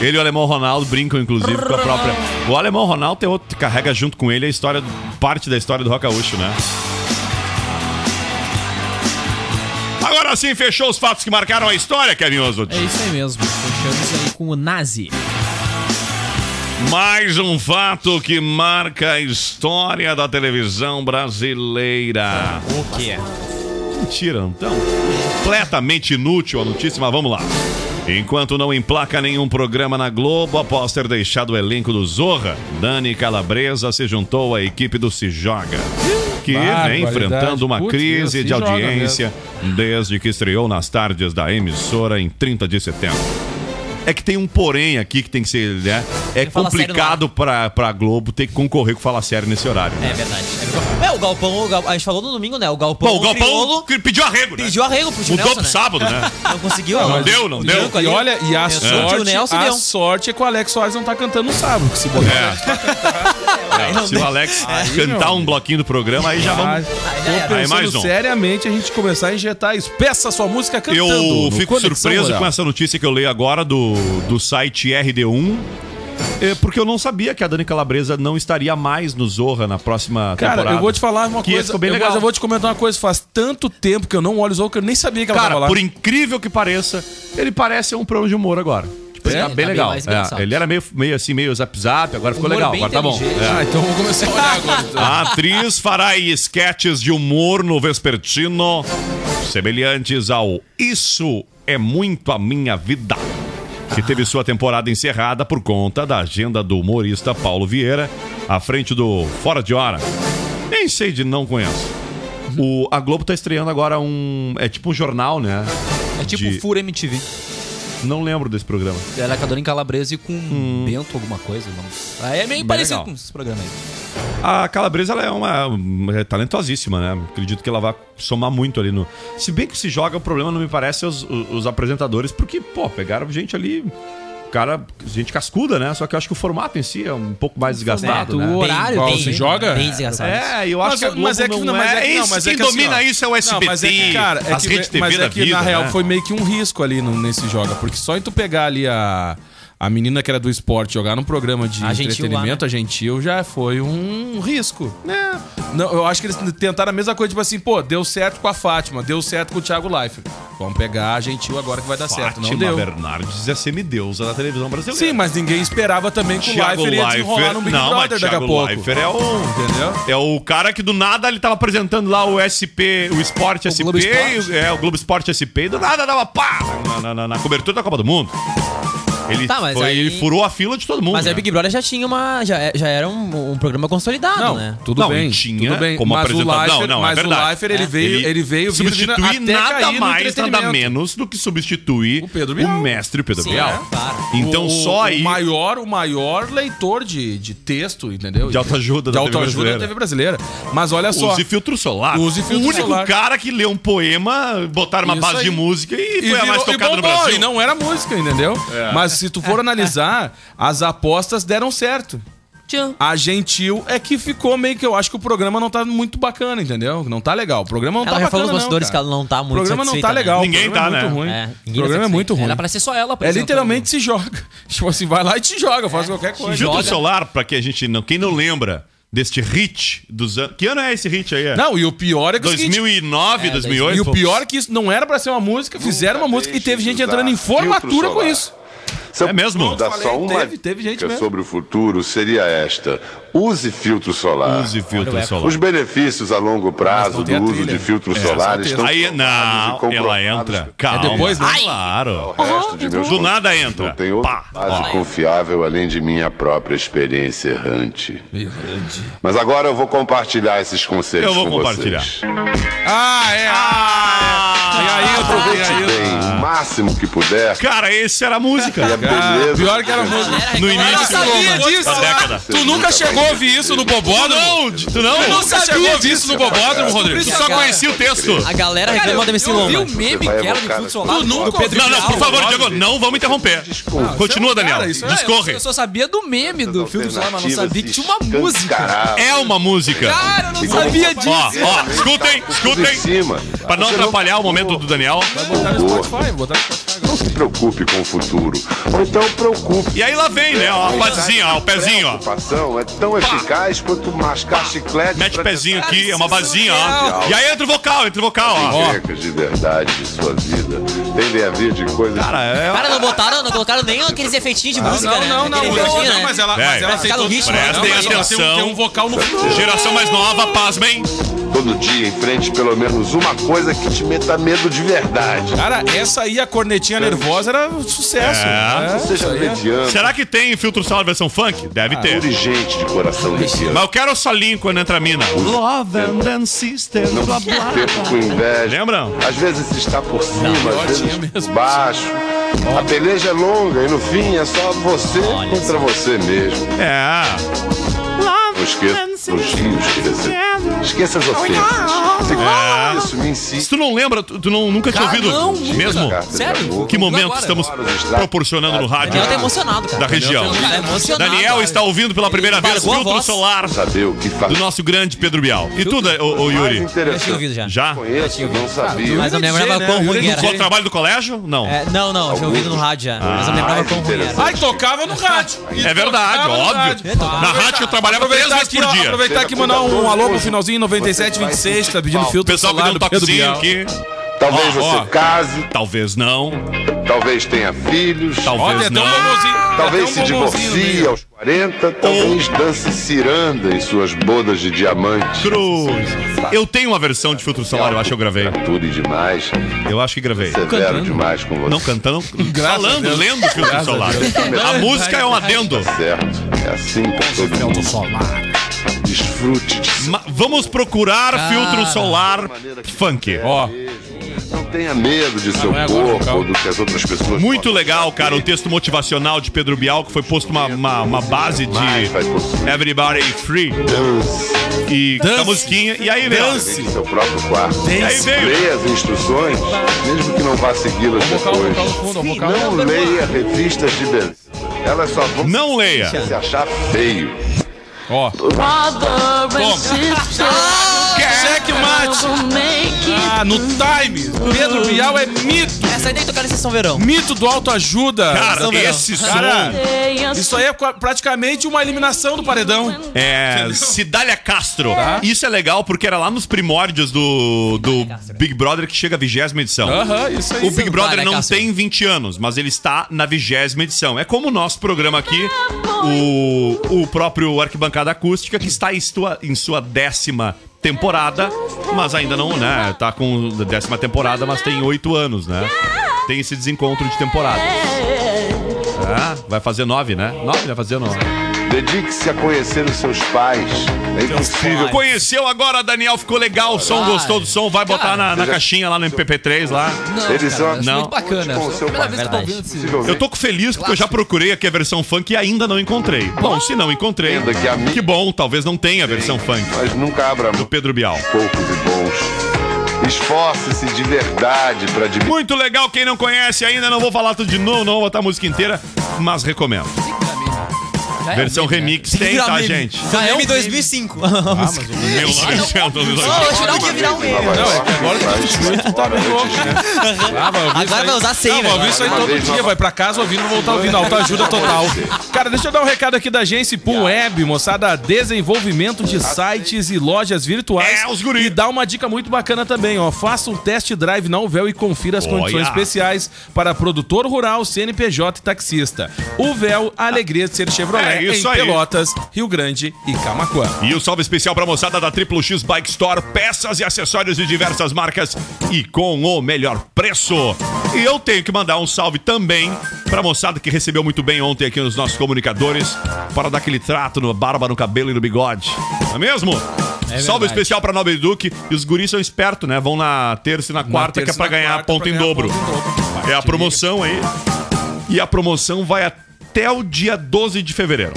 [SPEAKER 5] Ele e o Alemão Ronaldo brincam, inclusive, com a própria. O Alemão Ronaldo tem outro que carrega junto com ele a história, do- parte da história do rock gaúcho, né? Agora sim, fechou os fatos que marcaram a história, Kevin Oswald.
[SPEAKER 11] É isso aí mesmo. Fechamos aí com o Nazi.
[SPEAKER 5] Mais um fato que marca a história da televisão brasileira.
[SPEAKER 6] O que é?
[SPEAKER 5] Mentira, então. Completamente inútil a notícia, mas vamos lá. Enquanto não emplaca nenhum programa na Globo, após ter deixado o elenco do Zorra, Dani Calabresa se juntou à equipe do Se Joga, que vem
[SPEAKER 7] Barbaridade.
[SPEAKER 5] enfrentando uma
[SPEAKER 7] Putz,
[SPEAKER 5] crise
[SPEAKER 7] Se
[SPEAKER 5] de
[SPEAKER 7] Joga
[SPEAKER 5] audiência desde que estreou nas tardes da emissora em 30 de setembro. É que tem um porém aqui que tem que ser, né?
[SPEAKER 6] Fala Sério
[SPEAKER 5] É
[SPEAKER 6] no ar.
[SPEAKER 5] complicado pra, pra Globo ter que concorrer com Fala Sério nesse horário. né?
[SPEAKER 6] É verdade. É verdade. É, o Galpão, o Gal- a gente falou no domingo, né? O Galpão.
[SPEAKER 5] Bom, o Galpão que pediu arrego, né?
[SPEAKER 6] Pediu
[SPEAKER 7] É.
[SPEAKER 6] arrego pro tio
[SPEAKER 5] Mudou
[SPEAKER 6] Nelson,
[SPEAKER 5] pro sábado, né?
[SPEAKER 6] Não conseguiu,
[SPEAKER 5] Não
[SPEAKER 6] ó.
[SPEAKER 5] deu, não
[SPEAKER 6] O
[SPEAKER 5] deu.
[SPEAKER 6] branco
[SPEAKER 7] E
[SPEAKER 6] ali.
[SPEAKER 7] olha, e a
[SPEAKER 6] É, o tio
[SPEAKER 7] sorte,
[SPEAKER 6] Nelson
[SPEAKER 7] a
[SPEAKER 6] deu.
[SPEAKER 7] sorte é que o Alex Soares não tá cantando no sábado, que se botar.
[SPEAKER 5] É, se o Alex cantar um bloquinho do programa, aí já vamos.
[SPEAKER 7] Tô
[SPEAKER 5] Aí mais
[SPEAKER 7] pensando
[SPEAKER 5] um.
[SPEAKER 7] seriamente a gente começar a injetar isso. Peça sua música cantando.
[SPEAKER 5] Eu
[SPEAKER 7] no
[SPEAKER 5] fico
[SPEAKER 7] Conexão
[SPEAKER 5] surpreso
[SPEAKER 7] Rural.
[SPEAKER 5] com essa notícia que eu leio agora do, do site RD1. é, porque eu não sabia que a Dani Calabresa não estaria mais no Zorra na próxima
[SPEAKER 7] Cara,
[SPEAKER 5] temporada.
[SPEAKER 7] eu vou te falar uma
[SPEAKER 5] que
[SPEAKER 7] coisa.
[SPEAKER 5] Ficou bem
[SPEAKER 7] eu,
[SPEAKER 5] legal.
[SPEAKER 7] Mas eu vou te comentar uma coisa. Faz tanto tempo que eu não olho o Zorro que eu nem sabia que ela
[SPEAKER 5] Cara,
[SPEAKER 7] tava lá.
[SPEAKER 5] por incrível que pareça, ele parece um programa de humor agora. Tipo, ele
[SPEAKER 7] É?
[SPEAKER 5] tá bem
[SPEAKER 7] Tá bem
[SPEAKER 5] legal.
[SPEAKER 7] mais
[SPEAKER 5] É,
[SPEAKER 7] engraçado.
[SPEAKER 5] ele era meio, meio assim, meio zap zap, agora ficou
[SPEAKER 7] Humor
[SPEAKER 5] legal,
[SPEAKER 7] bem
[SPEAKER 5] agora tá bom.
[SPEAKER 7] inteligente. Ah, então vou começar a olhar agora. então.
[SPEAKER 5] A atriz fará esquetes de humor no Vespertino, semelhantes ao Isso é Muito a Minha Vida, que teve sua temporada encerrada por conta da agenda do humorista Paulo Vieira, à frente do Fora de Hora. Nem sei de não conheço. O, a Globo tá estreando agora um. É tipo um jornal, né?
[SPEAKER 8] É tipo
[SPEAKER 7] um
[SPEAKER 5] De-
[SPEAKER 8] Fura MTV.
[SPEAKER 5] Não lembro desse programa.
[SPEAKER 6] É
[SPEAKER 8] Era com a Dona Calabresa e com
[SPEAKER 7] Hum.
[SPEAKER 8] Bento alguma coisa. Não.
[SPEAKER 6] Ah,
[SPEAKER 8] Aí é meio
[SPEAKER 5] Bem
[SPEAKER 8] parecido
[SPEAKER 5] legal.
[SPEAKER 8] com esses programas aí.
[SPEAKER 5] A Calabresa ela é uma é talentosíssima, né? Acredito que ela vai somar muito ali no. Se bem que se joga, o problema não me parece é os, os- os apresentadores, porque, pô, pegaram gente ali. Cara, gente cascuda, né? Só que eu acho que o formato em si é um pouco mais desgastado.
[SPEAKER 6] É,
[SPEAKER 7] formato,
[SPEAKER 5] né?
[SPEAKER 7] o horário Bem- tem, se joga? bem desgastado.
[SPEAKER 5] É, eu acho
[SPEAKER 7] Mas-
[SPEAKER 5] que a Globo
[SPEAKER 7] mas é que-
[SPEAKER 5] não,
[SPEAKER 7] não, mas é
[SPEAKER 5] é.
[SPEAKER 7] que- não,
[SPEAKER 5] Isso,
[SPEAKER 7] mas é
[SPEAKER 5] quem
[SPEAKER 7] que assim,
[SPEAKER 5] domina
[SPEAKER 7] ó.
[SPEAKER 5] isso é o
[SPEAKER 7] Não,
[SPEAKER 5] SBT.
[SPEAKER 7] mas é que, cara, é
[SPEAKER 5] as
[SPEAKER 7] que-
[SPEAKER 5] redes TV
[SPEAKER 7] mas é
[SPEAKER 5] da
[SPEAKER 7] que,
[SPEAKER 5] vida,
[SPEAKER 7] na real,
[SPEAKER 5] né?
[SPEAKER 7] foi meio que um risco ali no- nesse joga. Porque só em tu pegar ali a... A menina que era do esporte jogar num programa de
[SPEAKER 6] A Gentil
[SPEAKER 7] entretenimento,
[SPEAKER 5] né?
[SPEAKER 7] a Gentil, já foi um risco. Não, eu acho que eles tentaram a mesma coisa, tipo assim, pô, deu certo com a Fátima, deu certo com o Thiago Leifert. Vamos pegar a Gentil agora que vai dar certo. um Não
[SPEAKER 5] Fátima
[SPEAKER 7] deu.
[SPEAKER 5] Bernardes é semideusa da televisão brasileira.
[SPEAKER 7] Sim, mas ninguém esperava também que o
[SPEAKER 5] Thiago
[SPEAKER 7] Leifert ia desenrolar no Big
[SPEAKER 5] não, mas
[SPEAKER 7] Brother daqui a
[SPEAKER 5] Thiago
[SPEAKER 7] pouco.
[SPEAKER 5] Leifert é o...
[SPEAKER 7] Entendeu?
[SPEAKER 5] É o cara que do nada ele tava apresentando lá o SP, o Esporte SP,
[SPEAKER 7] Globo Esporte.
[SPEAKER 5] e- é, o Globo Esporte SP, e do nada dava pá na, na- na- na cobertura da Copa do Mundo. Ele,
[SPEAKER 6] Tá, mas
[SPEAKER 5] foi-
[SPEAKER 6] aí-
[SPEAKER 5] ele furou a fila de todo mundo.
[SPEAKER 6] Mas aí
[SPEAKER 5] né?
[SPEAKER 6] o Big Brother já tinha uma. Já, é- já era um, um programa consolidado,
[SPEAKER 7] Não,
[SPEAKER 6] né?
[SPEAKER 7] tudo
[SPEAKER 5] Não,
[SPEAKER 7] bem.
[SPEAKER 5] tinha
[SPEAKER 7] tudo bem.
[SPEAKER 5] como
[SPEAKER 7] mas o
[SPEAKER 5] apresentador.
[SPEAKER 7] Leifert,
[SPEAKER 5] não, não, é
[SPEAKER 7] mas
[SPEAKER 5] verdade.
[SPEAKER 7] o Leifert, ele veio, ele veio vindo-
[SPEAKER 5] substituir
[SPEAKER 7] até
[SPEAKER 5] nada
[SPEAKER 7] cair
[SPEAKER 5] mais,
[SPEAKER 7] no
[SPEAKER 5] nada
[SPEAKER 7] entretenimento.
[SPEAKER 5] menos do que substituir o, mestre Pedro
[SPEAKER 7] Sim,
[SPEAKER 5] Bial.
[SPEAKER 7] é, claro.
[SPEAKER 5] Então
[SPEAKER 7] O-
[SPEAKER 5] só aí
[SPEAKER 7] O maior, o maior leitor de, de texto, entendeu?
[SPEAKER 5] De autoajuda
[SPEAKER 7] de
[SPEAKER 5] da TV
[SPEAKER 7] autoajuda
[SPEAKER 5] brasileira.
[SPEAKER 7] da TV brasileira. Mas olha é só.
[SPEAKER 5] Use filtro solar.
[SPEAKER 7] Use filtro
[SPEAKER 5] o único
[SPEAKER 7] solar.
[SPEAKER 5] cara que leu um poema, botaram uma
[SPEAKER 7] Isso
[SPEAKER 5] base de
[SPEAKER 7] aí.
[SPEAKER 5] música e, foi a
[SPEAKER 7] virou-
[SPEAKER 5] é mais tocada no
[SPEAKER 7] bombou,
[SPEAKER 5] Brasil.
[SPEAKER 7] E não era música, entendeu?
[SPEAKER 5] É.
[SPEAKER 7] Mas se tu for analisar, as apostas deram certo. A Gentil é que ficou meio que eu acho que o programa não tá muito bacana, entendeu? Não tá legal. O programa não
[SPEAKER 6] Ela
[SPEAKER 7] tá
[SPEAKER 6] já
[SPEAKER 7] bacana,
[SPEAKER 6] falou nos bastidores
[SPEAKER 7] não,
[SPEAKER 6] que
[SPEAKER 7] cara.
[SPEAKER 6] ela não tá muito
[SPEAKER 7] O programa não
[SPEAKER 6] satisfeita,
[SPEAKER 7] tá
[SPEAKER 6] né?
[SPEAKER 7] legal.
[SPEAKER 6] Ninguém
[SPEAKER 7] o programa
[SPEAKER 6] tá,
[SPEAKER 7] é
[SPEAKER 6] né?
[SPEAKER 7] muito ruim.
[SPEAKER 6] É, ninguém
[SPEAKER 7] o
[SPEAKER 6] tá
[SPEAKER 7] programa é
[SPEAKER 6] satisfeito.
[SPEAKER 7] muito ruim.
[SPEAKER 6] Era pra ser só ela tá
[SPEAKER 7] É
[SPEAKER 6] apresentando.
[SPEAKER 7] literalmente se joga. Tipo assim, vai lá e te joga, faz qualquer coisa.
[SPEAKER 5] Filtro solar, pra que a gente não. Quem não lembra deste hit dos anos. Que ano é esse hit aí? É?
[SPEAKER 7] Não, e o pior é que o seguinte-
[SPEAKER 5] 2009, 2008.
[SPEAKER 7] E o pior é que isso não era pra ser uma música, fizeram uma música e teve gente entrando em formatura com isso.
[SPEAKER 5] É mesmo?
[SPEAKER 17] Dá
[SPEAKER 7] falei,
[SPEAKER 17] só uma
[SPEAKER 7] teve- teve gente
[SPEAKER 17] dica
[SPEAKER 7] mesmo.
[SPEAKER 17] sobre o futuro seria esta. Use filtro solar.
[SPEAKER 5] Use filtro
[SPEAKER 17] Olha o
[SPEAKER 5] solar.
[SPEAKER 17] Os benefícios a longo prazo do uso de filtro solar estão
[SPEAKER 5] Aí,
[SPEAKER 17] comprovados e
[SPEAKER 5] não, ela
[SPEAKER 17] comprovados
[SPEAKER 5] entra. Calma.
[SPEAKER 17] depois, né?
[SPEAKER 5] Ai. Claro.
[SPEAKER 17] O resto de meus
[SPEAKER 5] Do nada
[SPEAKER 17] contatos
[SPEAKER 5] entra.
[SPEAKER 17] Não tem outra base confiável além de minha própria experiência errante. Mas agora eu vou compartilhar esses conselhos
[SPEAKER 5] Eu vou
[SPEAKER 17] com
[SPEAKER 5] compartilhar.
[SPEAKER 17] vocês.
[SPEAKER 7] Ah, é.
[SPEAKER 5] Ah!
[SPEAKER 17] Aproveite tá bem o máximo que puder.
[SPEAKER 5] Cara, esse era a música.
[SPEAKER 17] E a beleza
[SPEAKER 7] Ah, Pior que era música.
[SPEAKER 5] No
[SPEAKER 7] Eu não
[SPEAKER 5] início
[SPEAKER 7] sabia disso.
[SPEAKER 5] da década.
[SPEAKER 7] Tu nunca chegou a ouvir isso no Bobódromo?
[SPEAKER 5] Não, tu não.
[SPEAKER 7] Tu nunca chegou a ouvir isso no Bobódromo, Rodrigo?
[SPEAKER 5] Tu só conhecia o texto.
[SPEAKER 6] A galera
[SPEAKER 5] Cara,
[SPEAKER 6] reclama da MC
[SPEAKER 5] eu vi
[SPEAKER 6] Lomba.
[SPEAKER 5] um meme Você vai que era do evocar Fluxo Solar.
[SPEAKER 6] Tu nunca
[SPEAKER 5] Do
[SPEAKER 6] ouviu
[SPEAKER 5] Pedro Não, não,
[SPEAKER 6] falar?
[SPEAKER 5] por favor, Diego, não vamos interromper. Continua, Daniel.
[SPEAKER 8] isso é-
[SPEAKER 5] Discorre.
[SPEAKER 8] Eu só sabia do meme do filtro solar, mas não sabia que tinha uma música.
[SPEAKER 5] É uma música.
[SPEAKER 8] Cara, eu não sabia disso.
[SPEAKER 5] Ó, ó, escutem, escutem. Pra não atrapalhar o momento do Daniel.
[SPEAKER 17] Não se preocupe com o futuro. Ou então preocupe.
[SPEAKER 5] E aí lá vem, né? Ó, a basezinha, ó, o pezinho, ó.
[SPEAKER 17] preocupação é tão eficaz quanto mascar chiclete.
[SPEAKER 5] Mete
[SPEAKER 17] pra
[SPEAKER 5] o pezinho
[SPEAKER 17] tentar-
[SPEAKER 5] aqui, é uma basinha, ó.
[SPEAKER 17] surreal.
[SPEAKER 5] E aí entra o vocal, entra o vocal, ó.
[SPEAKER 17] Dicas de verdade de sua vida tendem a vir de coisas.
[SPEAKER 5] Cara, é.
[SPEAKER 6] Cara, não botaram, não colocaram nem aqueles efeitinhos de
[SPEAKER 17] Não, é
[SPEAKER 6] música,
[SPEAKER 7] não,
[SPEAKER 6] né?
[SPEAKER 7] não, não,
[SPEAKER 6] Aquele
[SPEAKER 7] não,
[SPEAKER 6] efeitinho,
[SPEAKER 7] não,
[SPEAKER 6] né?
[SPEAKER 7] mas ela- mas ela
[SPEAKER 6] Vai ficar no
[SPEAKER 7] aceitou-
[SPEAKER 6] ritmo.
[SPEAKER 5] Prestem
[SPEAKER 7] Não, mas ela
[SPEAKER 5] atenção.
[SPEAKER 7] tem um- tem um vocal no-
[SPEAKER 5] Geração mais nova, pasmem.
[SPEAKER 17] Todo dia enfrente pelo menos uma coisa que te meta medo de verdade.
[SPEAKER 7] Cara, essa aí, a cornetinha nervosa, era um sucesso.
[SPEAKER 5] É.
[SPEAKER 17] Seja mediano.
[SPEAKER 5] Será que tem filtro solar versão funk? Deve ter.
[SPEAKER 17] Inteligente de coração ligeiro.
[SPEAKER 5] Mas eu quero o solinho quando entra a mina. Love and then sisters,
[SPEAKER 17] Não
[SPEAKER 5] blá
[SPEAKER 17] se perca com
[SPEAKER 5] blá.
[SPEAKER 17] inveja.
[SPEAKER 5] Lembram?
[SPEAKER 17] Às vezes está por cima, às vezes baixo. A peleja é longa e no fim é só você contra você mesmo.
[SPEAKER 5] É.
[SPEAKER 17] Não esqueça os rios que recebeu. Esqueça as ofensas.
[SPEAKER 5] É. Se tu não lembra, tu, tu não, nunca tinha
[SPEAKER 17] Cara,
[SPEAKER 5] ouvido
[SPEAKER 17] não, nunca.
[SPEAKER 5] Tá mesmo?
[SPEAKER 17] Sério?
[SPEAKER 5] Que momento
[SPEAKER 17] Agora.
[SPEAKER 5] estamos proporcionando no rádio
[SPEAKER 17] Daniel tá emocionado, cara.
[SPEAKER 5] da região.
[SPEAKER 17] Daniel tá emocionado,
[SPEAKER 5] Daniel
[SPEAKER 17] cara.
[SPEAKER 5] está ouvindo pela primeira
[SPEAKER 17] Ele
[SPEAKER 5] vez
[SPEAKER 17] largou a
[SPEAKER 5] filtro
[SPEAKER 17] voz.
[SPEAKER 5] solar do nosso grande Pedro Bial. E tudo, ô, ô, Yuri?
[SPEAKER 6] Já tinha ouvido já.
[SPEAKER 5] Já?
[SPEAKER 17] Conheço, não né? sabia.
[SPEAKER 6] Mas eu me lembrava quão ruim era.
[SPEAKER 5] No trabalho do colégio? Não.
[SPEAKER 6] É, não, não, tinha ouvido no rádio já. Mas eu me lembrava quão ruim era.
[SPEAKER 7] Ai, tocava no rádio.
[SPEAKER 5] É verdade, óbvio. Na rádio eu trabalhava três
[SPEAKER 7] Aproveitar
[SPEAKER 5] vezes
[SPEAKER 7] aqui,
[SPEAKER 5] por
[SPEAKER 7] ó,
[SPEAKER 5] dia.
[SPEAKER 7] aproveitar aqui e mandar um alô pro finalzinho 9726, tá pedindo filtro
[SPEAKER 5] Pessoal me
[SPEAKER 7] solar
[SPEAKER 5] deu um
[SPEAKER 7] do Pedro
[SPEAKER 5] toquezinho
[SPEAKER 7] Bial.
[SPEAKER 5] aqui.
[SPEAKER 17] Talvez
[SPEAKER 5] Ó,
[SPEAKER 17] você
[SPEAKER 5] ó.
[SPEAKER 17] case.
[SPEAKER 5] Talvez não.
[SPEAKER 17] Talvez tenha filhos.
[SPEAKER 5] Talvez
[SPEAKER 17] Olha,
[SPEAKER 5] não.
[SPEAKER 17] tem um Talvez se
[SPEAKER 7] um
[SPEAKER 17] divorcie aos 40, talvez dance ciranda em suas bodas de diamante.
[SPEAKER 5] Cruz. Eu tenho uma versão de filtro solar, eu acho que eu gravei.
[SPEAKER 17] Tudo demais.
[SPEAKER 5] Eu acho que gravei.
[SPEAKER 17] Severo demais com você.
[SPEAKER 5] né? Não cantando, falando, lendo filtro
[SPEAKER 17] Graças
[SPEAKER 5] solar.
[SPEAKER 17] a Deus.
[SPEAKER 5] A música é um adendo.
[SPEAKER 17] Tá certo. É assim que todo mundo. Desfrute de
[SPEAKER 5] Ma- Vamos procurar
[SPEAKER 17] Cara.
[SPEAKER 5] filtro solar funk.
[SPEAKER 7] É.
[SPEAKER 5] Ó.
[SPEAKER 17] Não tenha medo de seu
[SPEAKER 5] é agora,
[SPEAKER 17] corpo ou do que as outras pessoas
[SPEAKER 5] Muito legal, cara, o texto motivacional de Pedro Bial, que foi posto uma, uma, uma base de Everybody Free. E da musiquinha. E aí, veio.
[SPEAKER 17] Dance. Seu próprio quarto.
[SPEAKER 5] E aí veio.
[SPEAKER 17] Leia as instruções, mesmo que não vá segui-las depois. Não leia revistas de beleza. Elas só vão
[SPEAKER 5] não leia.
[SPEAKER 17] se achar feio.
[SPEAKER 7] Ó.
[SPEAKER 9] é
[SPEAKER 7] Checkmate! é Ah, no time! Pedro Bial é
[SPEAKER 5] Ah,
[SPEAKER 7] mito!
[SPEAKER 6] Essa aí nem tocar na sessão verão.
[SPEAKER 7] Mito do autoajuda!
[SPEAKER 5] Cara,
[SPEAKER 7] São Verão.
[SPEAKER 5] esse
[SPEAKER 7] Cara, Isso aí é qua- praticamente uma eliminação do paredão.
[SPEAKER 5] É, Cidália Castro.
[SPEAKER 7] Tá.
[SPEAKER 5] Isso é legal porque era lá nos primórdios do, do Big Brother que chega à vigésima edição.
[SPEAKER 7] Aham, isso aí.
[SPEAKER 5] O Big
[SPEAKER 7] Cidália
[SPEAKER 5] Brother não
[SPEAKER 7] Castro.
[SPEAKER 5] tem 20 anos, mas ele está na vigésima edição. É como o nosso programa aqui, o, o próprio Arquibancada Acústica, que está em sua, em sua décima temporada, mas ainda não, né? Tá com décima temporada, mas tem oito anos, né? Tem esse desencontro de temporada. Ah, vai fazer nove, né? Nove, vai fazer nove.
[SPEAKER 17] Dedique-se a conhecer os seus pais. É impossível.
[SPEAKER 5] Conheceu agora, Daniel, ficou legal, o som gostou do som, vai botar na, na caixinha lá no MPP3 lá.
[SPEAKER 17] Não, Eles cara, são- acho
[SPEAKER 5] não.
[SPEAKER 17] muito
[SPEAKER 5] Tipo,
[SPEAKER 17] bacana. Com o seu Primeira vez que eu tô ouvindo esse-
[SPEAKER 5] Eu tô feliz porque eu já procurei aqui a versão funk e ainda não encontrei. Bom, se não encontrei, que bom, talvez não tenha a versão funk.
[SPEAKER 17] Mas nunca abra
[SPEAKER 5] do Pedro Bial.
[SPEAKER 17] Poucos e bons. Esforce-se de verdade para diminuir.
[SPEAKER 5] Muito legal, quem não conhece ainda, não vou falar tudo de novo, não vou botar a música inteira, mas recomendo. Versão remix
[SPEAKER 6] Tem que
[SPEAKER 5] tem,
[SPEAKER 6] virar
[SPEAKER 5] tá,
[SPEAKER 6] meme.
[SPEAKER 5] gente?
[SPEAKER 6] Já é um 2005.
[SPEAKER 5] Meu
[SPEAKER 17] é
[SPEAKER 7] Agora Ah,
[SPEAKER 6] Agora vai usar
[SPEAKER 7] sem,
[SPEAKER 6] sem,
[SPEAKER 7] Não,
[SPEAKER 6] velho.
[SPEAKER 7] vou ouvir isso aí todo dia. Vai pra casa ouvindo, vou voltar ouvindo. Alta ajuda total. Cara, deixa eu dar um recado aqui da agência Pool Web, moçada. Desenvolvimento de sites e lojas virtuais. É, os guri. E dá uma dica muito bacana também, ó. Faça um test drive na Uvel e confira as
[SPEAKER 5] Olha.
[SPEAKER 7] condições especiais para produtor rural, CNPJ e taxista. Uvel, a alegria de ser Chevrolet
[SPEAKER 5] É isso
[SPEAKER 7] em
[SPEAKER 5] aí.
[SPEAKER 7] Pelotas, Rio Grande e Camacuã.
[SPEAKER 5] E o salve especial para a moçada da Triple X Bike Store, peças e acessórios de diversas marcas e com o melhor preço. E eu tenho que mandar um salve também para a moçada que recebeu muito bem ontem aqui nos nossos comunicadores para dar aquele trato no barba, no cabelo e no bigode. Não é mesmo? Salve
[SPEAKER 7] verdade.
[SPEAKER 5] especial para Nobre Duque. E os guris são espertos, né? Vão na terça e na quarta, que é
[SPEAKER 7] terça
[SPEAKER 5] para
[SPEAKER 7] e na
[SPEAKER 5] ganhar
[SPEAKER 7] quarta
[SPEAKER 5] ponto
[SPEAKER 7] pra
[SPEAKER 5] em
[SPEAKER 7] ganhar
[SPEAKER 5] dobro.
[SPEAKER 7] ponto em dobro.
[SPEAKER 5] É a promoção aí. E a promoção vai até o dia 12 de fevereiro.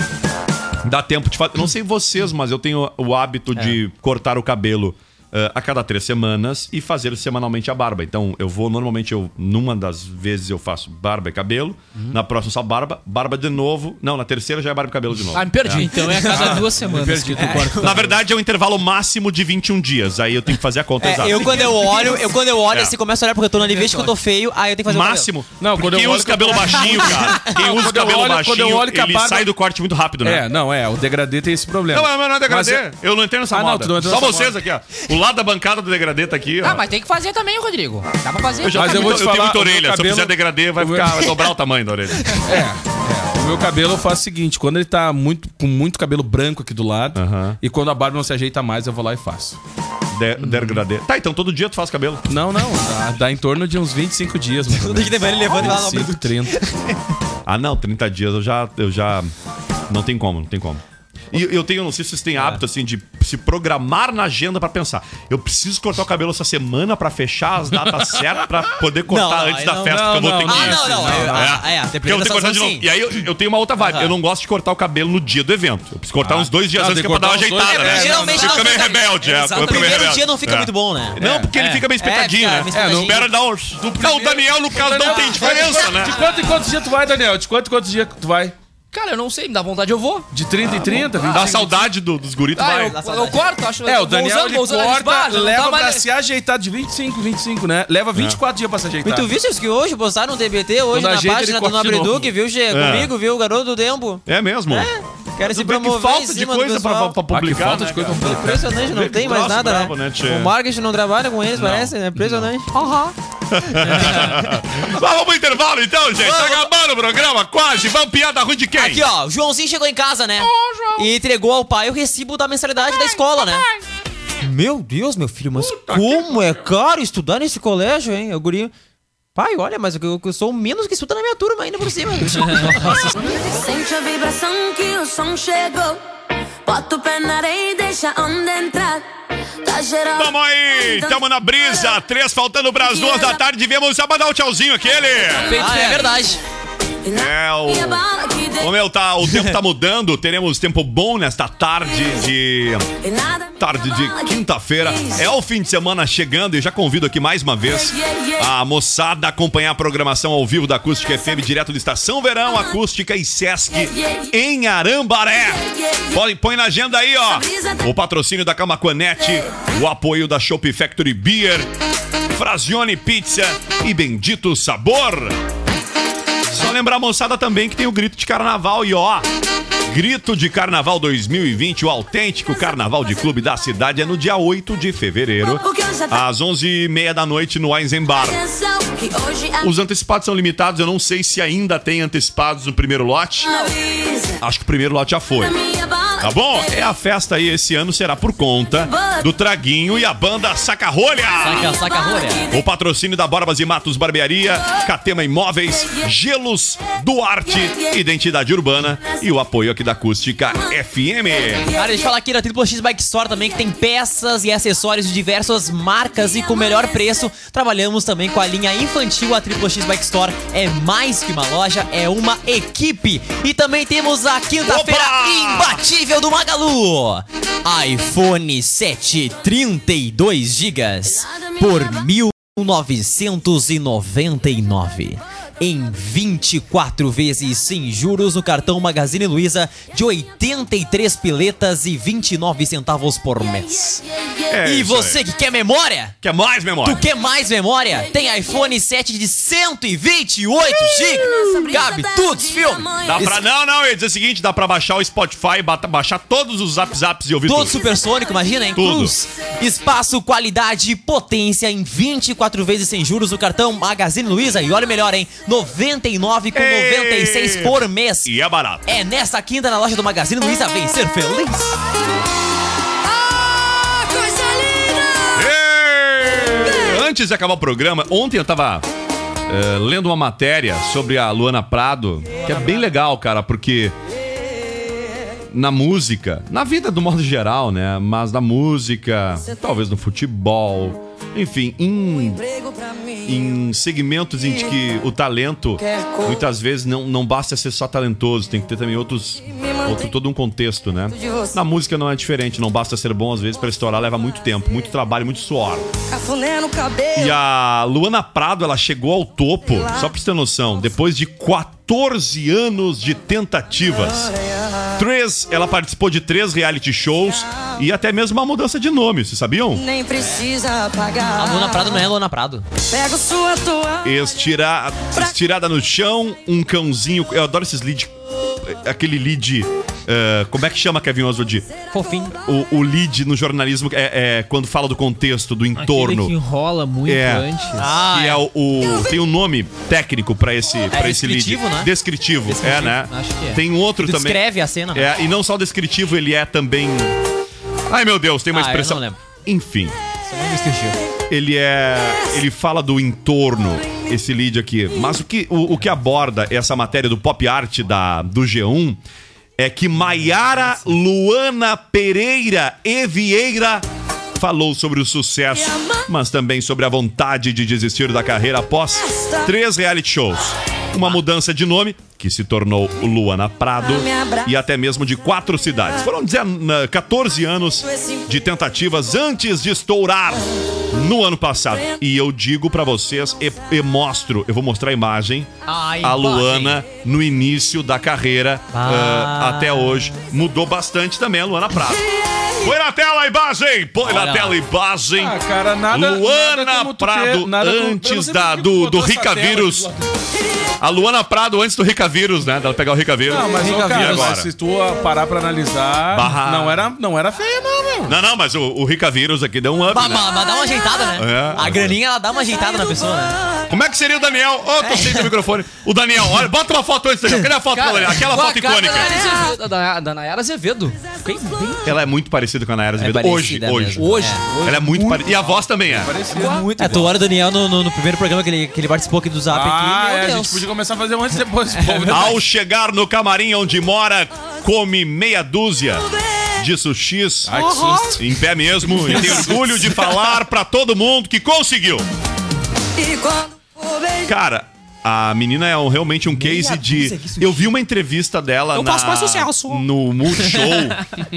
[SPEAKER 5] Dá tempo de fazer. Não sei vocês, mas eu tenho o hábito
[SPEAKER 6] É.
[SPEAKER 5] de cortar o cabelo eh, a cada três semanas e fazer semanalmente a barba. Então, eu vou, normalmente, eu, numa das vezes eu faço barba e cabelo.
[SPEAKER 6] Uhum.
[SPEAKER 5] Na próxima, só barba. Barba de novo. Não, na terceira já é barba e cabelo de novo.
[SPEAKER 8] Ah, me perdi. Então é a cada duas semanas
[SPEAKER 5] perdi.
[SPEAKER 8] que tu corta.
[SPEAKER 5] Na verdade, é um intervalo máximo de 21 dias. Aí eu tenho que fazer a conta
[SPEAKER 6] É,
[SPEAKER 5] exata.
[SPEAKER 6] eu quando eu olho, eu quando eu olho,
[SPEAKER 5] É.
[SPEAKER 6] assim, começo a olhar pro retorno ali, vejo que eu tô feio, aí eu tenho que fazer o
[SPEAKER 5] Máximo.
[SPEAKER 6] cabelo.
[SPEAKER 5] Não, quando Quem eu olho usa que eu cabelo tô- baixinho, cara? Quem
[SPEAKER 7] Não,
[SPEAKER 5] usa
[SPEAKER 7] quando eu
[SPEAKER 5] cabelo
[SPEAKER 7] olho-
[SPEAKER 5] baixinho,
[SPEAKER 7] quando eu olho que a
[SPEAKER 5] ele
[SPEAKER 7] barba-
[SPEAKER 5] sai do corte muito rápido, né?
[SPEAKER 7] É, não, é. O degradê tem esse problema.
[SPEAKER 5] Não, mas não é degradê.
[SPEAKER 7] Mas é-
[SPEAKER 5] Eu não entendo essa
[SPEAKER 7] Ah, não,
[SPEAKER 5] moda.
[SPEAKER 7] tu não entra
[SPEAKER 5] Só
[SPEAKER 7] nessa
[SPEAKER 5] vocês
[SPEAKER 7] moda.
[SPEAKER 5] aqui, ó. O lado da bancada do degradê tá aqui, ó.
[SPEAKER 12] Ah, mas tem que fazer também, Rodrigo. Dá pra fazer.
[SPEAKER 5] Eu já
[SPEAKER 7] Mas
[SPEAKER 5] tenho
[SPEAKER 7] eu vou
[SPEAKER 5] muita-
[SPEAKER 7] te
[SPEAKER 5] tenho
[SPEAKER 7] falar,
[SPEAKER 5] muita
[SPEAKER 7] o meu
[SPEAKER 5] orelha. Se eu
[SPEAKER 7] cabelo-
[SPEAKER 5] fizer degradê, vai
[SPEAKER 7] o meu-
[SPEAKER 5] ficar, vai dobrar o tamanho da orelha.
[SPEAKER 7] É, O meu cabelo eu faço o seguinte: quando ele tá muito, com muito cabelo branco aqui do lado, e quando a barba não se ajeita mais, eu vou lá e faço.
[SPEAKER 5] De- Degradê. Tá, então todo dia tu faz cabelo?
[SPEAKER 7] Não, não. Dá, dá em torno de uns 25 dias, mano. Tudo
[SPEAKER 6] que levar, ele levando lá no
[SPEAKER 7] 30.
[SPEAKER 5] Ah, não, 30 dias eu já. Eu já... Não tem como, não tem como. E eu tenho, não sei se vocês têm hábito, assim, de se programar na agenda pra pensar. Eu preciso cortar o cabelo essa semana pra fechar as datas certas pra poder cortar
[SPEAKER 6] Não, não,
[SPEAKER 5] antes
[SPEAKER 6] aí
[SPEAKER 5] da
[SPEAKER 6] não,
[SPEAKER 5] festa,
[SPEAKER 6] não,
[SPEAKER 5] que eu vou ter
[SPEAKER 6] não,
[SPEAKER 5] que
[SPEAKER 6] não,
[SPEAKER 5] ir.
[SPEAKER 6] não, não, é, é, é, tem
[SPEAKER 5] Porque eu vou ter que cortar de
[SPEAKER 6] sim.
[SPEAKER 5] novo. E aí eu, eu tenho uma outra vibe. Eu não gosto de cortar o cabelo no dia do evento. Eu preciso cortar uns dois dias
[SPEAKER 6] Ah,
[SPEAKER 5] antes
[SPEAKER 6] tem
[SPEAKER 5] que é pra
[SPEAKER 6] que
[SPEAKER 5] dar uma
[SPEAKER 6] cortar uns
[SPEAKER 5] ajeitada,
[SPEAKER 6] dois- é,
[SPEAKER 5] né?
[SPEAKER 6] geralmente
[SPEAKER 5] Fica
[SPEAKER 6] não
[SPEAKER 5] meio
[SPEAKER 6] fica-
[SPEAKER 5] rebelde, é.
[SPEAKER 6] Exato.
[SPEAKER 5] fica meio
[SPEAKER 6] O primeiro
[SPEAKER 5] rebelde.
[SPEAKER 6] dia não fica
[SPEAKER 5] É.
[SPEAKER 6] muito bom, né?
[SPEAKER 5] Não, porque ele
[SPEAKER 6] É.
[SPEAKER 5] fica meio
[SPEAKER 6] É, fica
[SPEAKER 5] espetadinho, né?
[SPEAKER 6] meio espetadinho.
[SPEAKER 5] Espera dar uns... Não, o Daniel, no caso, não tem diferença, né?
[SPEAKER 7] De "Ah, quanto em quantos dias tu vai, Daniel? De quanto em quantos dias tu vai?
[SPEAKER 8] Cara, eu não sei, me dá vontade, eu vou.
[SPEAKER 7] De 30 em 30?
[SPEAKER 5] Ah, Dá saudade do- dos guritos,
[SPEAKER 8] Ah,
[SPEAKER 5] vai.
[SPEAKER 8] eu, eu corto, acho
[SPEAKER 7] É,
[SPEAKER 8] eu
[SPEAKER 7] o
[SPEAKER 8] vou
[SPEAKER 7] Daniel
[SPEAKER 8] usando,
[SPEAKER 7] ele
[SPEAKER 8] vou usando,
[SPEAKER 7] corta,
[SPEAKER 8] desbarra, não
[SPEAKER 7] leva
[SPEAKER 8] tá
[SPEAKER 7] pra
[SPEAKER 8] mais-
[SPEAKER 7] se ajeitar de 25, 25, né? Leva 24
[SPEAKER 5] É.
[SPEAKER 7] dias pra
[SPEAKER 6] E
[SPEAKER 7] se ajeitar.
[SPEAKER 5] Tá.
[SPEAKER 6] tu viu, Silvio, que hoje postaram um TBT hoje
[SPEAKER 7] Quando a
[SPEAKER 6] na
[SPEAKER 7] gente, ele
[SPEAKER 6] página do
[SPEAKER 7] corta de
[SPEAKER 6] Nobre
[SPEAKER 7] novo.
[SPEAKER 6] Duque, viu, Gê?
[SPEAKER 7] É.
[SPEAKER 6] Comigo, viu? O garoto do tempo.
[SPEAKER 5] É mesmo?
[SPEAKER 6] É. Quero se
[SPEAKER 5] Tu vê que
[SPEAKER 6] promover
[SPEAKER 5] falta
[SPEAKER 6] em
[SPEAKER 5] de
[SPEAKER 6] cima
[SPEAKER 5] coisa
[SPEAKER 6] do
[SPEAKER 5] pra-
[SPEAKER 6] pessoal.
[SPEAKER 5] pra publicar,
[SPEAKER 6] Ah, que falta
[SPEAKER 5] né,
[SPEAKER 6] de coisa
[SPEAKER 5] cara?
[SPEAKER 6] pra publicar. Impressionante,
[SPEAKER 5] Vê
[SPEAKER 6] não
[SPEAKER 5] que
[SPEAKER 6] tem mais
[SPEAKER 5] troço
[SPEAKER 6] nada,
[SPEAKER 5] brabo, né,
[SPEAKER 6] né?
[SPEAKER 5] tchê?
[SPEAKER 6] o marketing não trabalha com eles,
[SPEAKER 5] Não.
[SPEAKER 6] parece, né? Impressionante. Aham. né?
[SPEAKER 5] Mas vamos pro intervalo então, gente. Tá acabando o programa, quase. Vamos piada ruim de quem?
[SPEAKER 6] Aqui, ó, o Joãozinho chegou em casa, né? E entregou ao pai o recibo da mensalidade da escola, né? Meu Deus, meu filho, mas como é caro estudar nesse colégio, hein? O guri... Pai, olha, mas eu, eu sou o menos que estuda na minha turma ainda por cima.
[SPEAKER 9] Sente a vibração que o som chegou. Bota o pé na areia e deixa a onda entrar. Tá geral.
[SPEAKER 5] Tamo aí, tamo na brisa. Três faltando pras duas da tarde. Viemos já mandar o um tchauzinho aquele.
[SPEAKER 6] Ah, é verdade.
[SPEAKER 5] É,
[SPEAKER 9] E a
[SPEAKER 5] o...
[SPEAKER 9] bala que
[SPEAKER 5] Ô,
[SPEAKER 9] deixa.
[SPEAKER 5] meu, tá, o tempo tá mudando. Teremos tempo bom nesta tarde de. Tarde de quinta-feira. É o fim de semana chegando e já convido aqui mais uma vez a moçada a acompanhar a programação ao vivo da Acústica FM, direto da Estação Verão, Acústica e Sesc em Arambaré. Põe, põe na agenda aí, ó. O patrocínio da Camaquanete, o apoio da Shop Factory Beer, Frazione Pizza e Bendito Sabor. Só lembrar a moçada também que tem o grito de carnaval e ó. Grito de Carnaval 2020, o autêntico carnaval de clube da cidade é no dia 8 de fevereiro, às 11h30 da noite no Eisenbar.
[SPEAKER 9] Atenção, que hoje a
[SPEAKER 5] Os antecipados são limitados, eu não sei se ainda tem antecipados no primeiro lote.
[SPEAKER 9] avisa.
[SPEAKER 5] Acho que o primeiro lote já foi.
[SPEAKER 9] Minha bala
[SPEAKER 5] Tá bom? É a festa aí esse ano será por conta do Traguinho e a banda Sacarrolha.
[SPEAKER 8] Saca, saca, rolha.
[SPEAKER 5] O patrocínio da Barbas e Matos Barbearia, Catema Imóveis, Gelos, Duarte, Identidade Urbana e o apoio aqui da Acústica É FM.
[SPEAKER 6] Cara, deixa eu falar aqui da Triple X Bike Store também, que tem peças e acessórios de diversas marcas e com o melhor preço. Trabalhamos também com a linha infantil. A Triple X Bike Store é mais que uma loja, é uma equipe. E também temos a quinta-feira imbatível do Magalu. iPhone 7 32 GB por 1.999. Em 24 vezes sem juros no cartão Magazine Luiza de 83 piletas e 29 centavos por mês.
[SPEAKER 5] É
[SPEAKER 6] e
[SPEAKER 5] isso aí.
[SPEAKER 6] você que quer memória?
[SPEAKER 5] Quer mais memória?
[SPEAKER 6] Tu quer mais memória? Tem iPhone 7 de 128 GB. Cabe tudo, os filmes.
[SPEAKER 5] Dá pra, não, não, eu ia dizer o seguinte, dá pra baixar o Spotify, bata- baixar todos os zap zaps e ouvir
[SPEAKER 6] Todo
[SPEAKER 5] tudo.
[SPEAKER 6] supersônico, imagina, hein?
[SPEAKER 5] Tudo.
[SPEAKER 6] Cruz. Espaço, qualidade e potência em 24 vezes sem juros no cartão Magazine Luiza. E olha o melhor, hein? 99 com 96 por mês.
[SPEAKER 5] E é barato.
[SPEAKER 6] É nesta quinta na loja do Magazine Luiza. Vem ser feliz.
[SPEAKER 9] coisa linda.
[SPEAKER 5] Ei! Antes de acabar o programa, ontem eu tava eh, lendo uma matéria sobre a Luana Prado, que é bem legal, cara, porque na música, na vida do modo geral, né? Mas na música, talvez no futebol, enfim, em, em segmentos em que o talento muitas vezes não, não basta ser só talentoso, tem que ter também outros. Outro, todo um contexto, né? Na música não é diferente, não basta ser bom, às vezes, pra estourar leva muito tempo, muito trabalho, muito suor.
[SPEAKER 9] Cafuné no cabelo.
[SPEAKER 5] E a Luana Prado, ela chegou ao topo, só pra você ter noção, depois de 14 anos de tentativas. Três, ela participou de três reality shows e até mesmo uma mudança de nome, vocês sabiam?
[SPEAKER 9] Nem precisa apagar.
[SPEAKER 6] A Luna Prado não é Luna Prado.
[SPEAKER 9] Pega sua toalha.
[SPEAKER 5] Estira, estirada no chão, um cãozinho. Eu adoro esses lead. Aquele lead. eh, como é que chama, Kevin Oswald?
[SPEAKER 6] Fofinho.
[SPEAKER 5] O, o lead no jornalismo é, é quando fala do contexto, do entorno.
[SPEAKER 11] Aquele que enrola muito
[SPEAKER 5] é.
[SPEAKER 11] antes.
[SPEAKER 6] Ah,
[SPEAKER 5] que é, o, o- tem um nome técnico pra esse para esse lead.
[SPEAKER 6] É, descritivo, né?
[SPEAKER 5] Descritivo, é, né?
[SPEAKER 6] acho que é.
[SPEAKER 5] Tem um outro
[SPEAKER 6] Tu
[SPEAKER 5] também.
[SPEAKER 6] descreve a cena, né?
[SPEAKER 5] É, e não só descritivo, ele é também Ai, meu Deus, tem uma
[SPEAKER 6] Ah, eu
[SPEAKER 5] expressão.
[SPEAKER 6] não lembro.
[SPEAKER 5] Enfim. Ele é, ele fala do entorno esse lead aqui, mas o que o, o que aborda essa matéria do pop art da do G1 é que Maiara Luana Pereira e Vieira falou sobre o sucesso, mas também sobre a vontade de desistir da carreira após três reality shows. Uma mudança de nome, que se tornou Luana Prado, e até mesmo de quatro cidades. Foram 19 14 anos de tentativas antes de estourar no ano passado. E eu digo pra vocês e, e mostro, eu vou mostrar a imagem,
[SPEAKER 6] Ai,
[SPEAKER 5] a Luana no início da carreira ah, até hoje. Mudou bastante também a Luana Prado. Põe na tela a imagem! Põe na
[SPEAKER 7] Olha.
[SPEAKER 5] tela a imagem!
[SPEAKER 7] Ah, cara, nada-
[SPEAKER 5] Luana
[SPEAKER 7] nada como tu
[SPEAKER 5] Prado
[SPEAKER 7] ter- nada como- eu não
[SPEAKER 5] antes
[SPEAKER 7] sei
[SPEAKER 5] da,
[SPEAKER 7] por que
[SPEAKER 5] do,
[SPEAKER 7] botou
[SPEAKER 5] do
[SPEAKER 7] essa
[SPEAKER 5] Rica
[SPEAKER 7] tela,
[SPEAKER 5] Vírus. A Luana Prado antes do Rica Vírus, né? Dela pegar o Rica Vírus.
[SPEAKER 7] Não, mas, ô,
[SPEAKER 5] E
[SPEAKER 7] cara,
[SPEAKER 5] agora?
[SPEAKER 7] mas se tu ah, parar pra analisar,
[SPEAKER 5] Barra.
[SPEAKER 7] não era, não era feia, não, meu.
[SPEAKER 5] Não, não, mas o, o Rica Vírus aqui deu um up.
[SPEAKER 6] Mas,
[SPEAKER 5] né?
[SPEAKER 6] mas- mas dá uma ajeitada, né?
[SPEAKER 5] É.
[SPEAKER 6] A graninha, ela dá uma ajeitada na pessoa, né?
[SPEAKER 5] Como é que seria o Daniel? Ô, tô sem o microfone. O Daniel, olha, bota uma foto antes, Daniel. Cadê a foto
[SPEAKER 8] Cara,
[SPEAKER 5] do Daniel? Aquela
[SPEAKER 8] com a
[SPEAKER 5] foto
[SPEAKER 8] cara da
[SPEAKER 5] icônica.
[SPEAKER 6] né?
[SPEAKER 8] Nayara Azevedo- Da, da Nayara Azevedo. Fiquei bem
[SPEAKER 5] Ela é muito parecida com a Nayara Azevedo. hoje,
[SPEAKER 8] parecida
[SPEAKER 5] hoje.
[SPEAKER 8] mesmo. Hoje, hoje.
[SPEAKER 5] Ela é muito, parecida. E a voz também é.
[SPEAKER 6] É, tu olha o Daniel no, no- no primeiro programa que ele, que ele participou aqui do Zap
[SPEAKER 7] Ah,
[SPEAKER 6] aqui. Meu
[SPEAKER 7] é, a
[SPEAKER 6] Deus.
[SPEAKER 7] gente podia começar a fazer um antes e depois. pô.
[SPEAKER 5] Ao chegar no camarim onde mora, come meia dúzia de sushis.
[SPEAKER 7] Ai, que susto.
[SPEAKER 5] Em pé mesmo. E tem orgulho de falar pra todo mundo que conseguiu. Cara, a menina é um- realmente um case de. Eu vi uma entrevista dela
[SPEAKER 18] Eu
[SPEAKER 5] na-
[SPEAKER 18] faço mais sucesso.
[SPEAKER 5] no Multishow.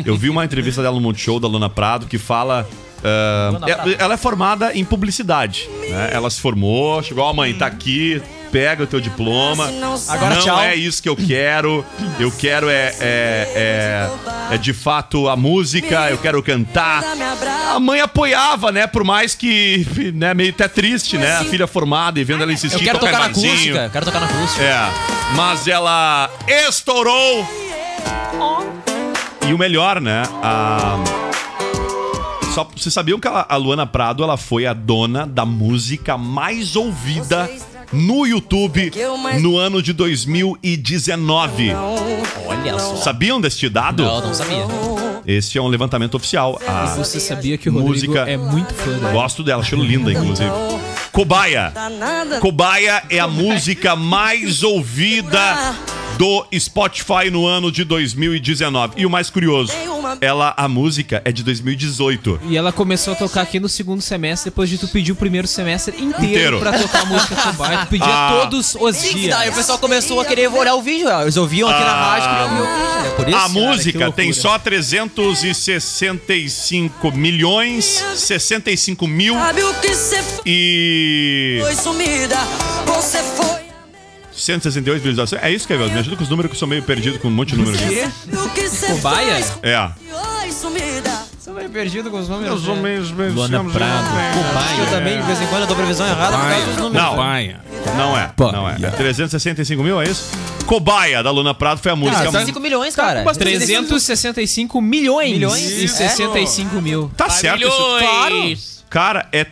[SPEAKER 5] Eu vi uma entrevista dela no Multishow da Luna Prado que fala. ah,
[SPEAKER 18] Luna
[SPEAKER 5] é-
[SPEAKER 18] Prado.
[SPEAKER 5] ela é formada em publicidade. né? Ela se formou, chegou, ó, mãe, tá aqui, pega o teu diploma.
[SPEAKER 6] Agora
[SPEAKER 5] não
[SPEAKER 6] tchau.
[SPEAKER 5] é isso que eu quero. Eu quero é, é, é, é de fato a música, eu quero cantar. A mãe apoiava, né? Por mais que, né, meio até triste, né? A filha formada e vendo ela insistir
[SPEAKER 6] Eu quero
[SPEAKER 5] toca
[SPEAKER 6] tocar na
[SPEAKER 5] Ivanzinho.
[SPEAKER 6] acústica. Quero tocar na acústica.
[SPEAKER 5] É, mas ela estourou. E o melhor, né? A... Só, vocês sabiam que ela- a Luana Prado ela foi a dona da música mais ouvida no YouTube no ano de 2019.
[SPEAKER 6] Olha só.
[SPEAKER 5] Sabiam deste dado?
[SPEAKER 6] Não, não sabia.
[SPEAKER 5] Esse é um levantamento oficial. A
[SPEAKER 11] Ah, Você sabia que o Rodrigo
[SPEAKER 5] música
[SPEAKER 11] é muito fã dela?
[SPEAKER 5] Gosto dela, acho linda, inclusive. Cobaia. Cobaia é a música mais ouvida do Spotify no ano de 2019. E o mais curioso, ela a música é de 2018.
[SPEAKER 11] E ela começou a tocar aqui no segundo semestre, depois de tu pedir o primeiro semestre inteiro,
[SPEAKER 5] Inteiro.
[SPEAKER 11] pra tocar a música com baile. Tu pedia
[SPEAKER 5] Ah.
[SPEAKER 11] todos os
[SPEAKER 6] Sim,
[SPEAKER 11] dias.
[SPEAKER 6] daí o pessoal começou a querer olhar o vídeo. ó. Eles ouviam aqui na rádio, queriam ouvir o vídeo.
[SPEAKER 11] É
[SPEAKER 6] né? Por isso,
[SPEAKER 5] Ah.
[SPEAKER 6] cara,
[SPEAKER 5] a
[SPEAKER 6] que
[SPEAKER 5] música
[SPEAKER 6] loucura.
[SPEAKER 5] tem só 365 milhões 65 mil e
[SPEAKER 18] sumida, você foi
[SPEAKER 5] 168 visualizações. É isso, Kevin? Me ajuda com os números que eu sou meio perdido com um monte de número aqui.
[SPEAKER 18] o que você
[SPEAKER 11] Cobaia?
[SPEAKER 5] É.
[SPEAKER 18] foi sumida.
[SPEAKER 11] Você vai perdido com os nomes.
[SPEAKER 5] Eu sou meio- meio-
[SPEAKER 6] Luana
[SPEAKER 5] meio-
[SPEAKER 6] Prado. né?
[SPEAKER 5] Cobaia.
[SPEAKER 6] Eu também, de vez em quando, eu dou previsão errada por causa dos números.
[SPEAKER 5] Não, não é. Não é. 365 mil, é isso? Cobaia, da Luna Prado, foi a música.
[SPEAKER 11] tá-
[SPEAKER 6] 5 milhões, cara.
[SPEAKER 11] Mas 365 milhões,
[SPEAKER 6] Milhões?
[SPEAKER 11] e 65 mil.
[SPEAKER 5] Tá certo isso?
[SPEAKER 11] Claro.
[SPEAKER 5] Cara, é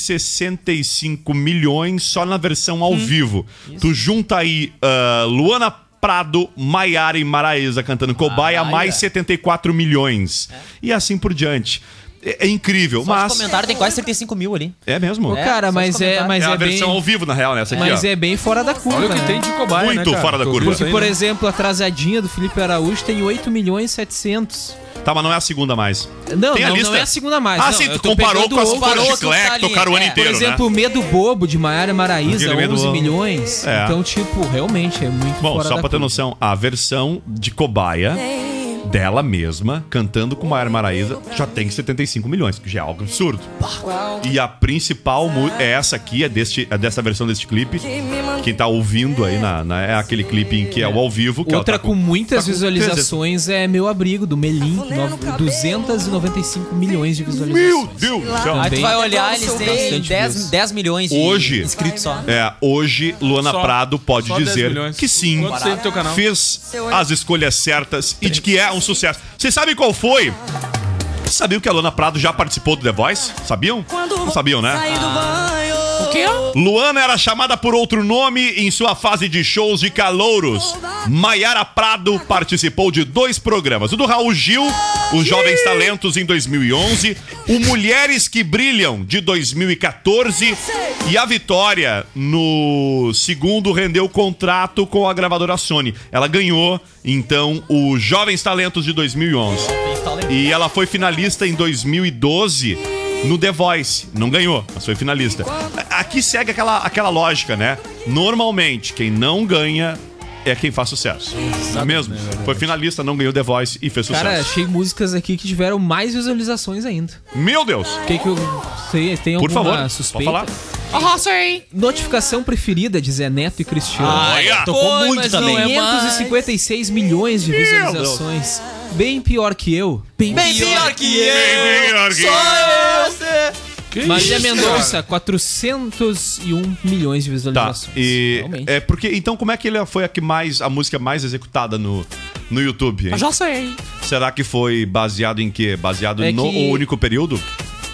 [SPEAKER 5] 365 milhões só na versão
[SPEAKER 11] Hum.
[SPEAKER 5] ao vivo. Tu junta aí ah, Luana Prado, Maiara e Maraísa cantando
[SPEAKER 11] Ah,
[SPEAKER 5] Cobaia, mais 74 milhões.
[SPEAKER 11] É.
[SPEAKER 5] E assim por diante. É, é incrível,
[SPEAKER 6] Mas...
[SPEAKER 5] mas...
[SPEAKER 6] Os comentários tem quase 35 mil ali.
[SPEAKER 5] É mesmo?
[SPEAKER 11] Ô, cara, mas é, mas
[SPEAKER 5] é
[SPEAKER 11] é,
[SPEAKER 5] a
[SPEAKER 11] bem,
[SPEAKER 5] versão ao vivo, na real, né? Essa aqui,
[SPEAKER 11] mas
[SPEAKER 5] ó.
[SPEAKER 11] é bem fora da curva.
[SPEAKER 7] Olha o que
[SPEAKER 11] né?
[SPEAKER 7] tem de cobaia, né,
[SPEAKER 5] Muito
[SPEAKER 7] cara?
[SPEAKER 5] fora da
[SPEAKER 7] Tô
[SPEAKER 5] curva.
[SPEAKER 7] vendo aí,
[SPEAKER 11] Por
[SPEAKER 7] né?
[SPEAKER 11] exemplo, a atrasadinha do Felipe Araújo tem 8 milhões e 700.
[SPEAKER 5] Tá, mas não é a segunda mais.
[SPEAKER 11] Não,
[SPEAKER 5] Tem a
[SPEAKER 11] não,
[SPEAKER 5] lista?
[SPEAKER 11] não é a segunda mais.
[SPEAKER 5] Ah,
[SPEAKER 11] não,
[SPEAKER 5] sim,
[SPEAKER 11] eu
[SPEAKER 5] tu
[SPEAKER 11] tô
[SPEAKER 5] comparou
[SPEAKER 11] pegando
[SPEAKER 5] com as
[SPEAKER 11] outro-
[SPEAKER 5] foram
[SPEAKER 11] outro
[SPEAKER 5] chiclete,
[SPEAKER 11] tá ali,
[SPEAKER 5] tocaram o ano
[SPEAKER 11] é.
[SPEAKER 5] inteiro,
[SPEAKER 11] Por
[SPEAKER 5] né?
[SPEAKER 11] exemplo, o Medo Bobo de Maiara Maraíza,
[SPEAKER 5] Aquele Medo
[SPEAKER 11] 11
[SPEAKER 5] Bobo.
[SPEAKER 11] milhões.
[SPEAKER 5] É.
[SPEAKER 11] Então, tipo, realmente é muito
[SPEAKER 5] Bom,
[SPEAKER 11] fora
[SPEAKER 5] só
[SPEAKER 11] da
[SPEAKER 5] pra ter
[SPEAKER 11] curva.
[SPEAKER 5] noção, a versão de cobaia dela mesma, cantando com Maiara Maraíza, já tem 75 milhões, que já é algo absurdo. E a principal mu- é essa aqui, é, deste, é dessa versão deste clipe. Quem tá ouvindo aí na, na- é aquele clipe em que é o ao vivo. Que ela
[SPEAKER 11] Outra
[SPEAKER 5] tá
[SPEAKER 11] com muitas
[SPEAKER 5] tá com-
[SPEAKER 11] visualizações é Meu Abrigo, do Melim, no- 295 milhões de visualizações.
[SPEAKER 5] Meu Deus do céu.
[SPEAKER 6] Aí tu vai olhar, eles têm
[SPEAKER 11] Bastante
[SPEAKER 6] 10, 10 milhões de
[SPEAKER 5] Hoje,
[SPEAKER 6] inscritos só.
[SPEAKER 5] É, hoje Luana
[SPEAKER 6] Só-
[SPEAKER 5] Prado pode
[SPEAKER 7] só 10
[SPEAKER 5] dizer
[SPEAKER 7] milhões.
[SPEAKER 5] que sim,
[SPEAKER 7] Quanto tem no teu canal?
[SPEAKER 5] fez as escolhas certas e de que é um sucesso. Vocês sabem qual foi? Sabiam que a Luana Prado já participou do The Voice? Sabiam? Não sabiam, né?
[SPEAKER 18] Saí do banho.
[SPEAKER 12] O quê?
[SPEAKER 5] Luana era chamada por outro nome em sua fase de shows de calouros. Maiara Prado participou de dois programas: o do Raul Gil, os Jovens Talentos em 2011, o Mulheres que Brilham de 2014 e a Vitória no segundo rendeu contrato com a gravadora Sony. Ela ganhou então os Jovens Talentos de 2011 e ela foi finalista em 2012 no The Voice. Não ganhou, mas foi finalista. A- Aqui segue aquela, aquela lógica, né? Normalmente, quem não ganha é quem faz sucesso. Não é mesmo? Foi finalista, não ganhou The Voice e fez
[SPEAKER 11] Cara,
[SPEAKER 5] sucesso.
[SPEAKER 11] achei músicas aqui que tiveram mais visualizações ainda.
[SPEAKER 5] Meu Deus!
[SPEAKER 11] Que que eu sei, tem
[SPEAKER 5] Por
[SPEAKER 11] alguma
[SPEAKER 5] favor, pode
[SPEAKER 11] suspeita?
[SPEAKER 5] falar.
[SPEAKER 12] Oh, sorry.
[SPEAKER 11] Notificação preferida de Zé Neto e Cristiano.
[SPEAKER 5] Olha! ah, Tocou muito
[SPEAKER 11] mas
[SPEAKER 5] também.
[SPEAKER 11] não é mais. 556 milhões de
[SPEAKER 5] Meu
[SPEAKER 11] visualizações. Bem pior que eu. Bem,
[SPEAKER 5] Bem pior que
[SPEAKER 11] eu. Maria Mendonça, 401 milhões de
[SPEAKER 5] Tá.
[SPEAKER 11] visualizações.
[SPEAKER 5] E é porque então como é que ele foi a que mais a música mais executada no no YouTube? hein?
[SPEAKER 12] Eu já sei.
[SPEAKER 5] Será que foi baseado em quê? Baseado
[SPEAKER 11] É
[SPEAKER 5] no
[SPEAKER 11] que-
[SPEAKER 5] O único período?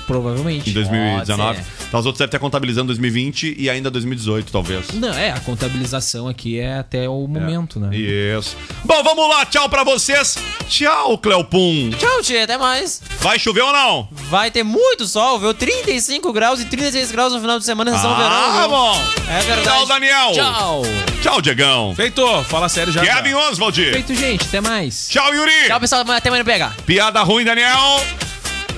[SPEAKER 11] Provavelmente.
[SPEAKER 5] Em 2019. Então os outros devem estar contabilizando 2020 e ainda 2018, talvez.
[SPEAKER 11] Não, é, a contabilização aqui é até o momento,
[SPEAKER 5] É.
[SPEAKER 11] né?
[SPEAKER 5] Isso. Bom, vamos lá, tchau pra vocês. Tchau, Cleopum.
[SPEAKER 6] Tchau, tia, até mais.
[SPEAKER 5] Vai chover ou não?
[SPEAKER 6] Vai ter muito sol, viu? 35 graus e 36 graus no final de semana, sessão
[SPEAKER 5] Ah,
[SPEAKER 6] verão. viu?
[SPEAKER 5] bom.
[SPEAKER 6] É verdade.
[SPEAKER 5] Tchau, Daniel.
[SPEAKER 6] Tchau.
[SPEAKER 5] Tchau, Diegão.
[SPEAKER 7] Feito, fala sério já.
[SPEAKER 5] Kevin Oswald.
[SPEAKER 11] Feito, gente, até mais.
[SPEAKER 5] Tchau, Yuri.
[SPEAKER 6] Tchau, pessoal, até amanhã pegar.
[SPEAKER 5] Piada ruim, Daniel.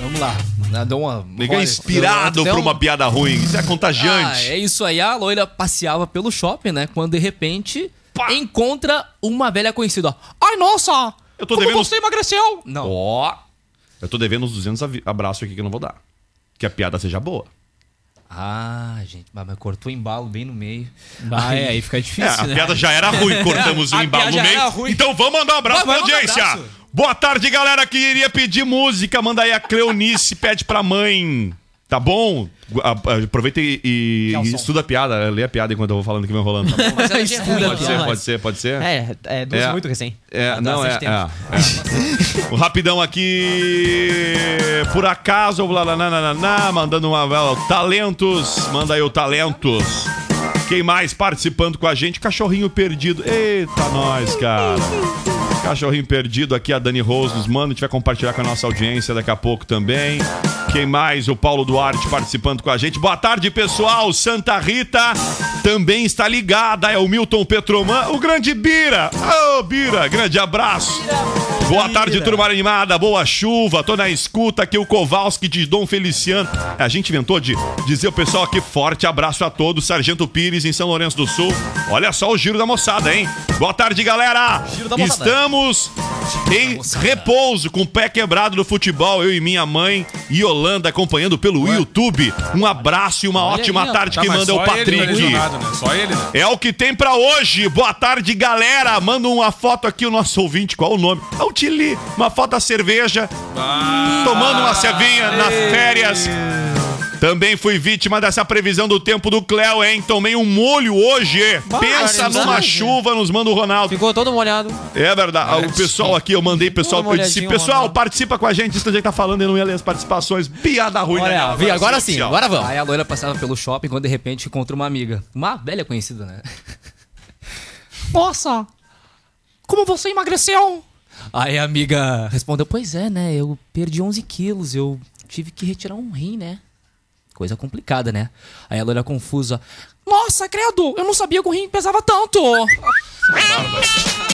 [SPEAKER 8] Vamos lá. Né, Deu uma.
[SPEAKER 5] Ninguém é
[SPEAKER 8] rola-
[SPEAKER 5] inspirado
[SPEAKER 8] deu
[SPEAKER 5] por
[SPEAKER 8] um-
[SPEAKER 5] uma piada ruim. Isso é
[SPEAKER 8] Ah,
[SPEAKER 5] contagiante.
[SPEAKER 8] é isso aí. A loira passeava pelo shopping, né? Quando de repente encontra uma velha conhecida. Ai, nossa!
[SPEAKER 5] Eu tô
[SPEAKER 8] como
[SPEAKER 5] devendo-
[SPEAKER 8] você emagreceu! Não.
[SPEAKER 5] Ó. Eu tô devendo uns 200 avi- abraços aqui que eu não vou dar. Que a piada seja boa.
[SPEAKER 8] Ah, gente, mas mas cortou o embalo bem no meio.
[SPEAKER 11] Bah, é, aí fica difícil,
[SPEAKER 5] É, a piada já era ruim, cortamos o
[SPEAKER 8] né? A
[SPEAKER 5] embalo
[SPEAKER 8] piada
[SPEAKER 5] no
[SPEAKER 8] já
[SPEAKER 5] meio.
[SPEAKER 8] era ruim.
[SPEAKER 5] Então vamos mandar um abraço
[SPEAKER 8] Vai, vai,
[SPEAKER 5] pra
[SPEAKER 8] manda um
[SPEAKER 5] audiência.
[SPEAKER 8] abraço.
[SPEAKER 5] Boa tarde, galera que iria pedir música. Manda aí a Cleonice, pede pra mãe. Tá bom? Gu- a- a- Aproveita e, e estuda a piada. Lê a piada enquanto eu vou falando que vai rolando. Tá bom?
[SPEAKER 6] Mas é ruim,
[SPEAKER 5] pode, ser,
[SPEAKER 6] mas-
[SPEAKER 11] né?
[SPEAKER 5] pode ser, pode ser.
[SPEAKER 6] É, é duas muito recém.
[SPEAKER 5] É,
[SPEAKER 6] Tá
[SPEAKER 5] não, é,
[SPEAKER 6] bastante tempo.
[SPEAKER 5] é, é. O rapidão aqui. Por acaso, blá, blá, blá, blá, blá, mandando uma. blá, blá, talentos, manda aí o talentos. Quem mais participando com a gente? Cachorrinho perdido. Eita, nós, cara. Cachorrinho perdido aqui, a Dani Rose nos manda. A gente vai compartilhar com a nossa audiência daqui a pouco também. Quem mais? O Paulo Duarte participando com a gente. Boa tarde, pessoal. Santa Rita também está ligada. É o Milton Petroman, o grande Bira. Ô, Bira, grande abraço. Boa tarde, turma animada. Boa chuva. Tô na escuta aqui, o Kowalski de Dom Feliciano. A gente inventou de dizer o pessoal aqui, forte abraço a todos. Sargento Pires, em São Lourenço do Sul. Olha só o giro da moçada, hein? Boa tarde, galera.
[SPEAKER 8] Giro da moçada.
[SPEAKER 5] Estamos em repouso, com o pé quebrado no futebol. Eu e minha mãe e Holanda acompanhando pelo YouTube. Um abraço e uma
[SPEAKER 7] Olha
[SPEAKER 5] ótima
[SPEAKER 7] aí, ó.
[SPEAKER 5] tarde.
[SPEAKER 7] Tá,
[SPEAKER 5] Quem
[SPEAKER 7] mas
[SPEAKER 5] manda é o
[SPEAKER 7] só ele não é
[SPEAKER 5] Patrick.
[SPEAKER 7] lesionado, né? Só ele, né?
[SPEAKER 5] É o que tem pra hoje. Boa tarde, galera. Manda uma foto aqui o nosso ouvinte. Qual o nome? É o Tili. Uma foto da cerveja.
[SPEAKER 8] Ah,
[SPEAKER 5] tomando uma cervinha nas férias. Também fui vítima dessa previsão do tempo do Cléo, hein? Tomei um molho hoje. Pensa
[SPEAKER 6] Barbaridade.
[SPEAKER 5] numa chuva, nos manda o Ronaldo.
[SPEAKER 6] Ficou todo molhado.
[SPEAKER 5] É verdade. O pessoal aqui, eu mandei pessoal,
[SPEAKER 6] Dá uma
[SPEAKER 5] eu disse,
[SPEAKER 6] olhadinha,
[SPEAKER 5] pessoal,
[SPEAKER 6] Ronaldo.
[SPEAKER 5] participa com a gente, isso a gente tá falando, eu não ia ler as participações. Piada ruim, né?
[SPEAKER 8] Olha,
[SPEAKER 5] Ronaldo?
[SPEAKER 8] vi, agora é sim,
[SPEAKER 5] Tchau.
[SPEAKER 8] agora vamos. Aí a loira passava pelo shopping quando de repente encontra uma amiga. Uma velha conhecida, né?
[SPEAKER 12] Nossa, como você emagreceu?
[SPEAKER 8] Aí a amiga respondeu: Pois é, né? Eu perdi 11 quilos, eu tive que retirar um rim, né? Coisa complicada, né? Aí a loira confusa.
[SPEAKER 12] Nossa, credo, eu não sabia que o rim pesava tanto.